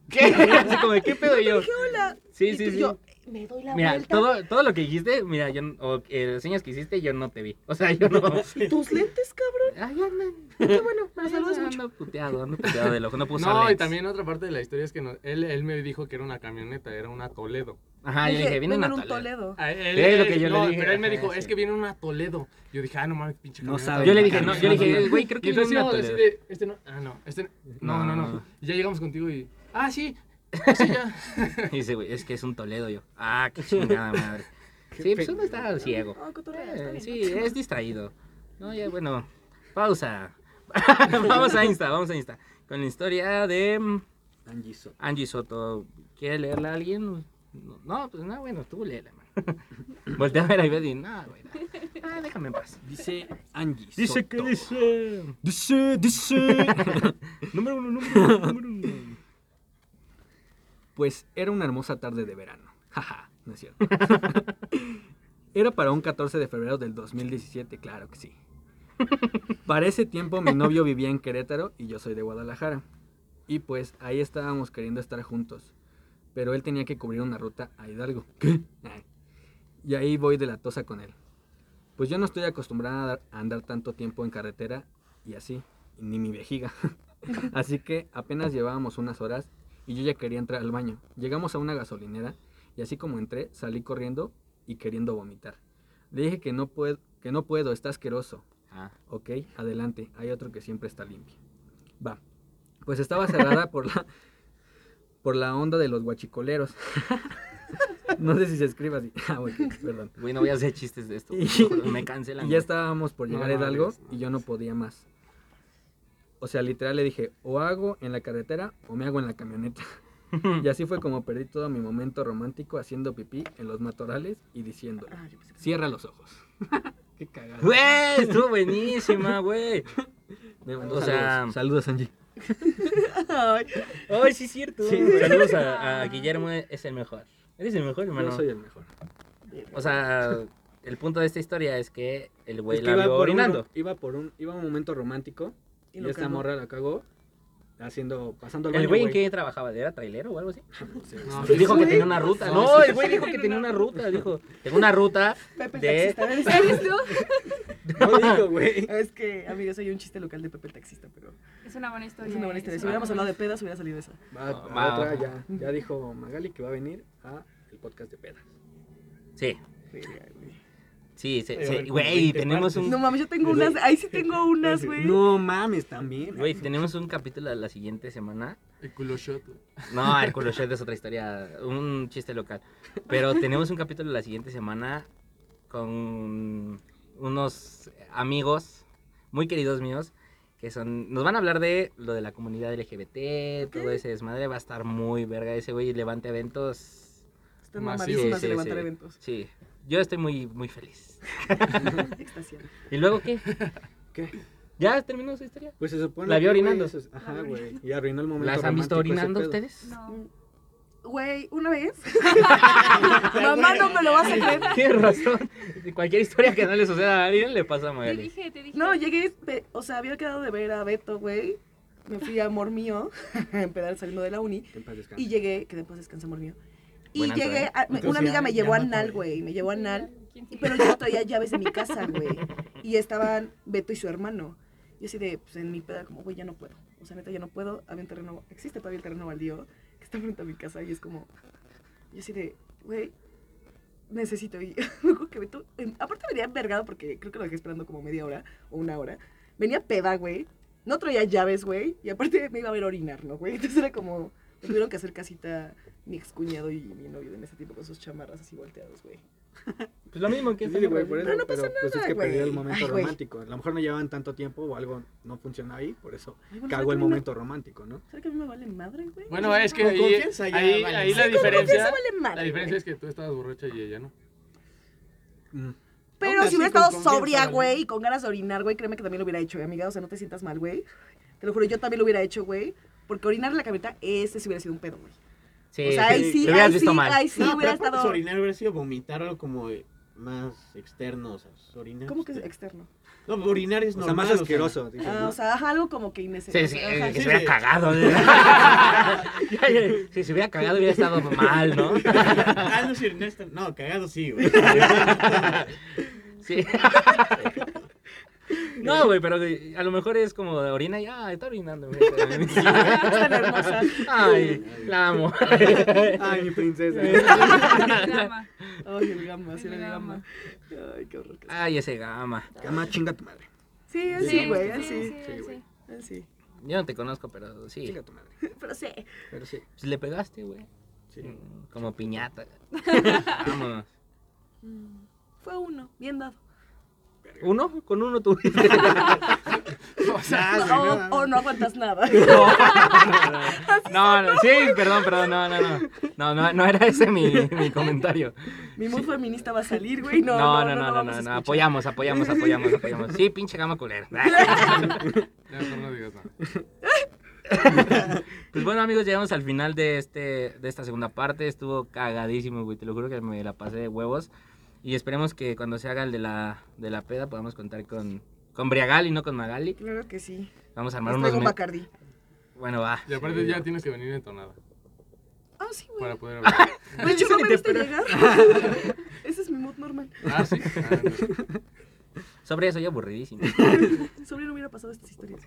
Speaker 1: ¿qué? Así como de, ¿qué pedo Y yo?
Speaker 4: Dije, hola.
Speaker 1: Sí,
Speaker 4: Y
Speaker 1: sí,
Speaker 4: tú-
Speaker 1: sí.
Speaker 4: Yo, me doy la
Speaker 1: Mira,
Speaker 4: vuelta.
Speaker 1: todo, todo lo que dijiste, mira, yo, n- o eh, las señas que hiciste, yo no te vi. O sea, yo no.
Speaker 4: ¿Y tus lentes, cabrón?
Speaker 1: Ay, andan.
Speaker 4: Qué bueno, me los saludas
Speaker 1: Ando
Speaker 4: mucho.
Speaker 1: puteado, ando puteado del ojo, no puse
Speaker 2: No, y
Speaker 1: lentes.
Speaker 2: también otra parte de la historia es que no- él, él me dijo que era una camioneta, era una Toledo.
Speaker 1: Ajá, Ah, yo dije, viene
Speaker 4: vengo en
Speaker 1: una
Speaker 4: un
Speaker 1: Toledo.
Speaker 4: Toledo.
Speaker 2: Ah, él-
Speaker 1: Sí, es lo
Speaker 2: él-
Speaker 1: que yo le
Speaker 2: no,
Speaker 1: dije.
Speaker 2: Pero él me
Speaker 1: Ajá,
Speaker 2: dijo,
Speaker 1: sí.
Speaker 2: es que viene una Toledo. Yo dije, ah, no mames, pinche
Speaker 5: No
Speaker 2: camioneta.
Speaker 5: sabe.
Speaker 1: Yo le dije, no, yo le dije,
Speaker 5: Toledo.
Speaker 1: güey, creo
Speaker 2: Y
Speaker 1: que viene
Speaker 2: entonces
Speaker 1: una
Speaker 2: íbamos a
Speaker 1: Toledo.
Speaker 2: decirle, este no, ah, no, este no, no, no,
Speaker 1: No.
Speaker 2: no. Y ya llegamos contigo y, ah, sí, ah, sí, ya.
Speaker 1: Y dice, güey, es que es un Toledo yo. Ah, qué chingada madre. Sí, pues uno está ciego.
Speaker 4: No, cotorrea, Ah, está
Speaker 1: Eh,
Speaker 4: bien.
Speaker 1: sí, es distraído. No, ya, bueno, pausa. vamos a Insta, vamos a Insta. Con la historia de mm,
Speaker 5: Angie Soto.
Speaker 1: Angie Soto. ¿Quiere leerla a alguien? No, no, pues no, bueno, tú léela, man. Voltea a ver a Ivette y, no, güey, no. Ah, déjame en paz.
Speaker 5: Dice Angie Soto.
Speaker 1: dice.
Speaker 5: Dice, dice.
Speaker 1: Número uno, número uno, número uno.
Speaker 5: Pues era una hermosa tarde de verano. Jaja, no es cierto. Era para un 14 de febrero del 2017, claro que sí. Para ese tiempo mi novio vivía en Querétaro y yo soy de Guadalajara. Y pues ahí estábamos queriendo estar juntos. Pero él tenía que cubrir una ruta a Hidalgo. ¿Qué? Ay. Y ahí voy de la tosa con él. Pues yo no estoy acostumbrada a dar- a andar tanto tiempo en carretera y así, ni mi vejiga. Así que apenas llevábamos unas horas y yo ya quería entrar al baño. Llegamos a una gasolinera y así como entré, salí corriendo y queriendo vomitar. Le dije que no puedo, que no puedo, está asqueroso.
Speaker 1: Ah.
Speaker 5: Ok, adelante, hay otro que siempre está limpio. Va. Pues estaba cerrada por la por la onda de los guachicoleros. no sé si se escribe así. Ah, ok, perdón.
Speaker 1: Güey, no voy a hacer chistes de esto. Me cancelan.
Speaker 5: Y ya
Speaker 1: güey.
Speaker 5: estábamos por
Speaker 2: No,
Speaker 5: llegar a
Speaker 2: no,
Speaker 5: Hidalgo
Speaker 2: Alex, no,
Speaker 5: y yo no podía más. O sea, literal le dije, o hago en la carretera o me hago en la camioneta. y así fue como perdí todo mi momento romántico haciendo pipí en los matorrales y diciéndole,
Speaker 4: Ah, yo pensé que-
Speaker 5: cierra los ojos. Qué cagada.
Speaker 1: Güey, estuvo buenísima, güey.
Speaker 5: Le mando
Speaker 1: O
Speaker 5: saludos.
Speaker 1: sea-
Speaker 5: saludos Angie.
Speaker 4: Ay,
Speaker 1: Ay, sí, es cierto. Saludos a, a Guillermo, es el mejor. Eres el mejor, hermano.
Speaker 5: Yo soy el mejor.
Speaker 1: O sea, el punto de esta historia es que el güey
Speaker 5: Es que
Speaker 1: la vio
Speaker 5: por un,
Speaker 1: orinando.
Speaker 5: iba por un iba un momento romántico y,
Speaker 4: lo
Speaker 5: esta
Speaker 4: cagó.
Speaker 5: morra la cagó haciendo pasando al
Speaker 1: ¿El
Speaker 5: baño,
Speaker 1: güey en qué trabajaba? ¿Era trailero o algo así?
Speaker 2: No,
Speaker 1: Y dijo que
Speaker 4: güey.
Speaker 1: tenía una ruta.
Speaker 5: No,
Speaker 1: No,
Speaker 5: sí,
Speaker 1: el güey dijo que tenía una ruta. Dijo, tengo una ruta
Speaker 4: Pepe el
Speaker 1: de...
Speaker 4: taxista, ¿eres-
Speaker 3: ¿Eres tú?
Speaker 5: No dijo, güey.
Speaker 4: Es que, amigo, soy un chiste local de Pepe el taxista, pero
Speaker 3: Es una buena historia.
Speaker 4: es una buena
Speaker 3: eh,
Speaker 4: historia. Si hubiéramos hablado de pedas, hubiera salido esa.
Speaker 5: Va,
Speaker 1: No,
Speaker 5: a
Speaker 1: va.
Speaker 5: otra, ya, ya dijo Magali que va a venir a el podcast de pedas.
Speaker 1: Sí.
Speaker 4: Verga, güey.
Speaker 1: Sí, se-
Speaker 6: Ay, a
Speaker 1: se-
Speaker 6: ver, con
Speaker 1: güey,
Speaker 6: 20
Speaker 1: tenemos
Speaker 4: No
Speaker 1: un,
Speaker 4: mames, yo tengo unas. Ahí sí tengo unas, güey.
Speaker 5: No mames, también.
Speaker 1: güey, tenemos un capítulo la siguiente semana.
Speaker 2: El culo shot.
Speaker 1: No, el culo shot es otra historia, un chiste local. Pero tenemos un capítulo la siguiente semana con unos amigos muy queridos míos que son nos van a hablar de lo de la comunidad LGBT, todo ese desmadre va a estar muy verga ese güey levanta eventos.
Speaker 4: Están
Speaker 2: Masivo.
Speaker 4: mamadísimas
Speaker 1: Sí,
Speaker 4: de
Speaker 1: sí,
Speaker 4: levantar
Speaker 1: sí.
Speaker 4: eventos.
Speaker 1: Sí, yo estoy muy muy feliz.
Speaker 4: Extasiada.
Speaker 1: ¿Y luego qué?
Speaker 5: ¿Qué?
Speaker 1: ¿Ya terminó su historia?
Speaker 5: Pues se supone
Speaker 1: La vi
Speaker 5: que, güey,
Speaker 1: orinando.
Speaker 5: eso es-
Speaker 4: La
Speaker 5: Ajá,
Speaker 4: vi
Speaker 5: güey. Y arruinó el momento.
Speaker 1: ¿Las han visto
Speaker 5: romántico ese
Speaker 1: orinando
Speaker 5: pedo.
Speaker 1: ustedes?
Speaker 3: No.
Speaker 4: Güey, una vez. Mamá, no me lo vas a creer.
Speaker 1: Tienes razón. Cualquier historia que no le suceda a alguien le pasa a
Speaker 3: Te
Speaker 1: Magali.
Speaker 3: dije, te dije.
Speaker 4: No, llegué, pe- o sea, había quedado de ver a Beto, güey. Me fui a Amor Mío, a empezar saliendo de la uni.
Speaker 5: Que en paz descanse.
Speaker 4: Y llegué, que después descansa Amor Mío. Y
Speaker 1: Buen antro,
Speaker 4: llegué,
Speaker 1: ¿eh?
Speaker 4: a- me-
Speaker 6: Entonces
Speaker 4: una
Speaker 6: ya-
Speaker 4: amiga me
Speaker 6: ya
Speaker 4: llevó a
Speaker 6: no
Speaker 4: Nal,
Speaker 6: cabe.
Speaker 4: güey. Me llevó a Nal.
Speaker 3: ¿Quién
Speaker 4: Y-
Speaker 3: sigue?
Speaker 4: Pero yo traía llaves de mi casa, güey. Y estaban Beto y su hermano. Y así de, pues en mi peda, como, güey, ya no puedo. O sea, neta, ya no puedo. Había un terreno, existe todavía el terreno baldío que está frente a mi casa. Y es como, yo así de, güey, necesito. Y me acuerdo que Beto, en- aparte venía envergado porque creo que lo dejé esperando como media hora o una hora. Venía peda, güey. No traía llaves, güey. Y aparte me iba a ver orinar, ¿no, güey? Entonces era como, me tuvieron que hacer casita mi excuñado y mi novio en ese tipo con sus chamarras así volteados, güey.
Speaker 1: Pues lo mismo que
Speaker 5: Sí, sí, güey, por eso,
Speaker 4: Pero no pasa
Speaker 5: pero, pues es
Speaker 4: nada,
Speaker 5: que perdió el
Speaker 4: güey.
Speaker 5: momento
Speaker 4: Ay, güey.
Speaker 5: romántico. A lo mejor no llevaban tanto tiempo o algo no funcionó ahí, por eso
Speaker 4: Ay, bueno, ¿será
Speaker 5: cagó el
Speaker 4: que a mí me-
Speaker 5: momento romántico, ¿no?
Speaker 4: ¿Será que a mí me vale madre, güey?
Speaker 2: Bueno, es que
Speaker 6: Con
Speaker 2: ahí,
Speaker 6: confianza ya
Speaker 2: ahí,
Speaker 6: vale.
Speaker 2: ahí
Speaker 6: Sí,
Speaker 2: la
Speaker 6: con
Speaker 2: diferencia.
Speaker 4: confianza vale madre,
Speaker 2: la diferencia
Speaker 4: güey.
Speaker 2: es que tú estabas borracha y ella no.
Speaker 5: Mm.
Speaker 4: Pero
Speaker 6: Aún
Speaker 4: si
Speaker 6: así,
Speaker 4: hubiera
Speaker 6: con
Speaker 4: estado
Speaker 6: confianza,
Speaker 4: sobria,
Speaker 6: ¿vale?
Speaker 4: güey, y con ganas de orinar, güey, créeme que también lo hubiera hecho, eh, amiga. O sea, no te sientas mal, güey. Te lo juro, yo también lo hubiera hecho, güey. Porque orinar en la camioneta, ese sí hubiera sido un pedo, güey.
Speaker 1: Sí,
Speaker 4: O sea, ahí sí,
Speaker 1: Lo Eh, hubieras
Speaker 4: ahí sí,
Speaker 1: visto mal.
Speaker 4: ahí sí
Speaker 6: no,
Speaker 4: hubiera
Speaker 6: pero aparte su
Speaker 4: estado...
Speaker 6: orinar hubiera sido vomitar algo como eh, más externo, o sea, su orinar.
Speaker 4: ¿Cómo que es
Speaker 6: este-
Speaker 4: externo?
Speaker 6: No, orinar es
Speaker 5: O sea,
Speaker 6: normal.
Speaker 5: más
Speaker 6: o
Speaker 5: asqueroso. dices,
Speaker 4: Ah,
Speaker 5: ¿no?
Speaker 4: o sea, ajá, algo como que
Speaker 1: Sí,
Speaker 4: innecesario.
Speaker 1: sí,
Speaker 4: Ajá.
Speaker 1: que
Speaker 6: sí,
Speaker 1: se hubiera
Speaker 6: sí.
Speaker 1: cagado. ¿eh? si se hubiera cagado hubiera estado mal, ¿no?
Speaker 6: Ah, no, si orinar está- No, cagado sí, güey.
Speaker 1: Sí. No, güey, pero de- a lo mejor es como de orina y, ah, está orinando. güey".
Speaker 4: Tan hermosa.
Speaker 1: Ay, la amo.
Speaker 5: Ay, mi princesa.
Speaker 3: Drama.
Speaker 4: Ay, el gamba, sí,
Speaker 3: El
Speaker 4: el gamba.
Speaker 3: gama.
Speaker 4: Ay, qué horror.
Speaker 1: Ay, ese gama.
Speaker 5: Cama, chinga tu madre.
Speaker 4: Sí,
Speaker 3: Sí,
Speaker 4: así, güey,
Speaker 3: sí,
Speaker 4: así.
Speaker 3: sí,
Speaker 5: sí,
Speaker 3: sí.
Speaker 5: güey.
Speaker 4: Así.
Speaker 1: Yo no te conozco, pero sí.
Speaker 5: Chinga tu madre.
Speaker 4: Pero sí.
Speaker 5: Pero sí.
Speaker 1: Pues le pegaste, güey. Mm,
Speaker 5: sí.
Speaker 1: Como piñata. Vámonos.
Speaker 4: Fue uno, bien dado.
Speaker 1: ¿Uno? Con uno tuviste.
Speaker 5: O
Speaker 6: Ah,
Speaker 5: sea,
Speaker 4: O, o no aguantas nada.
Speaker 1: No, no, sí, perdón, perdón, no, no, no. No, no, no era ese mi, mi comentario.
Speaker 4: Mi mood feminista va a salir, güey. No,
Speaker 1: No, no, no, no, no,
Speaker 4: vamos a
Speaker 1: no,
Speaker 4: escuchar.
Speaker 1: apoyamos, apoyamos, apoyamos, apoyamos. Sí, pinche gama culera.
Speaker 2: Ya mejor no digas nada.
Speaker 1: Pues bueno, amigos, llegamos al final de este de esta segunda parte. Estuvo cagadísimo, güey, te lo juro que me la pasé de huevos. Y esperemos que cuando se haga el de la de la peda podamos contar con con Briagal y no con Magali.
Speaker 4: Claro que sí.
Speaker 1: Vamos a armar
Speaker 4: Les
Speaker 1: unos
Speaker 4: traigo un
Speaker 1: me-
Speaker 4: Bacardi.
Speaker 1: Bueno, va.
Speaker 2: Y aparte ya tienes que venir entonada
Speaker 4: Ah, sí, güey.
Speaker 2: para poder hablar.
Speaker 1: Pues
Speaker 4: De hecho, no me gusta este llegar. Ese es mi mood normal.
Speaker 2: Ah, sí. Ah, no.
Speaker 1: Sobre eso ya aburridísimo.
Speaker 4: Sobre no hubiera pasado estas historias.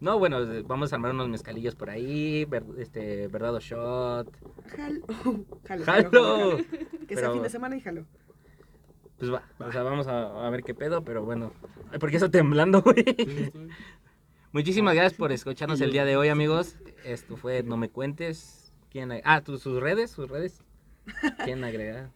Speaker 1: No, bueno, vamos a armar unos mezcalillos por ahí, ver- este verdado shot.
Speaker 4: Jalo. Jalo.
Speaker 1: ¡Jalo!
Speaker 4: Que sea
Speaker 1: Pero-
Speaker 4: fin de semana y jalo.
Speaker 1: Pues va, o sea, vamos a, a ver qué pedo, pero bueno. Ay, ¿por qué está temblando, güey? Muchísimas gracias por escucharnos el día de hoy, amigos. Esto fue No Me Cuentes. ¿Quién ag- ah, tus- sus redes, sus redes. ¿Quién agrega?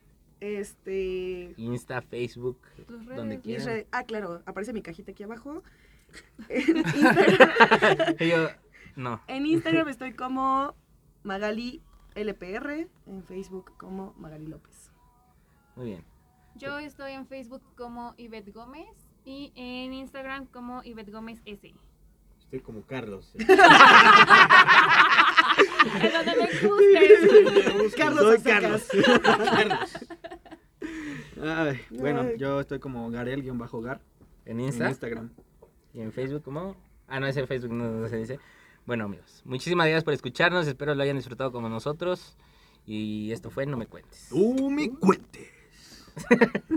Speaker 4: Este.
Speaker 1: Insta, Facebook,
Speaker 3: Tus redes,
Speaker 1: donde
Speaker 3: mis
Speaker 4: mis
Speaker 1: quieran.
Speaker 4: re- Ah, claro. Aparece mi cajita aquí abajo. En Instagram,
Speaker 1: Y yo, no.
Speaker 4: en Instagram estoy como Magali LPR. En Facebook como Magali López.
Speaker 1: Muy bien.
Speaker 3: Yo estoy en Facebook como Ivette Gómez y en Instagram como Ivette Gómez S.
Speaker 6: Estoy como Carlos.
Speaker 3: En donde me guste.
Speaker 4: Carlos
Speaker 5: Soy
Speaker 4: Acecas.
Speaker 5: Carlos.
Speaker 6: Carlos.
Speaker 5: Ay, bueno,
Speaker 4: Ay.
Speaker 5: yo estoy como Garel-Gar
Speaker 1: En
Speaker 5: en
Speaker 1: Insta
Speaker 5: Instagram.
Speaker 1: y en Facebook, ¿cómo? Ah, no, es en Facebook, no, no se dice. Bueno, amigos, muchísimas gracias por escucharnos. Espero lo hayan disfrutado como
Speaker 5: Uh,
Speaker 6: Uh,
Speaker 1: nosotros. Y esto fue No Me Cuentes.
Speaker 5: Tú me cuentes.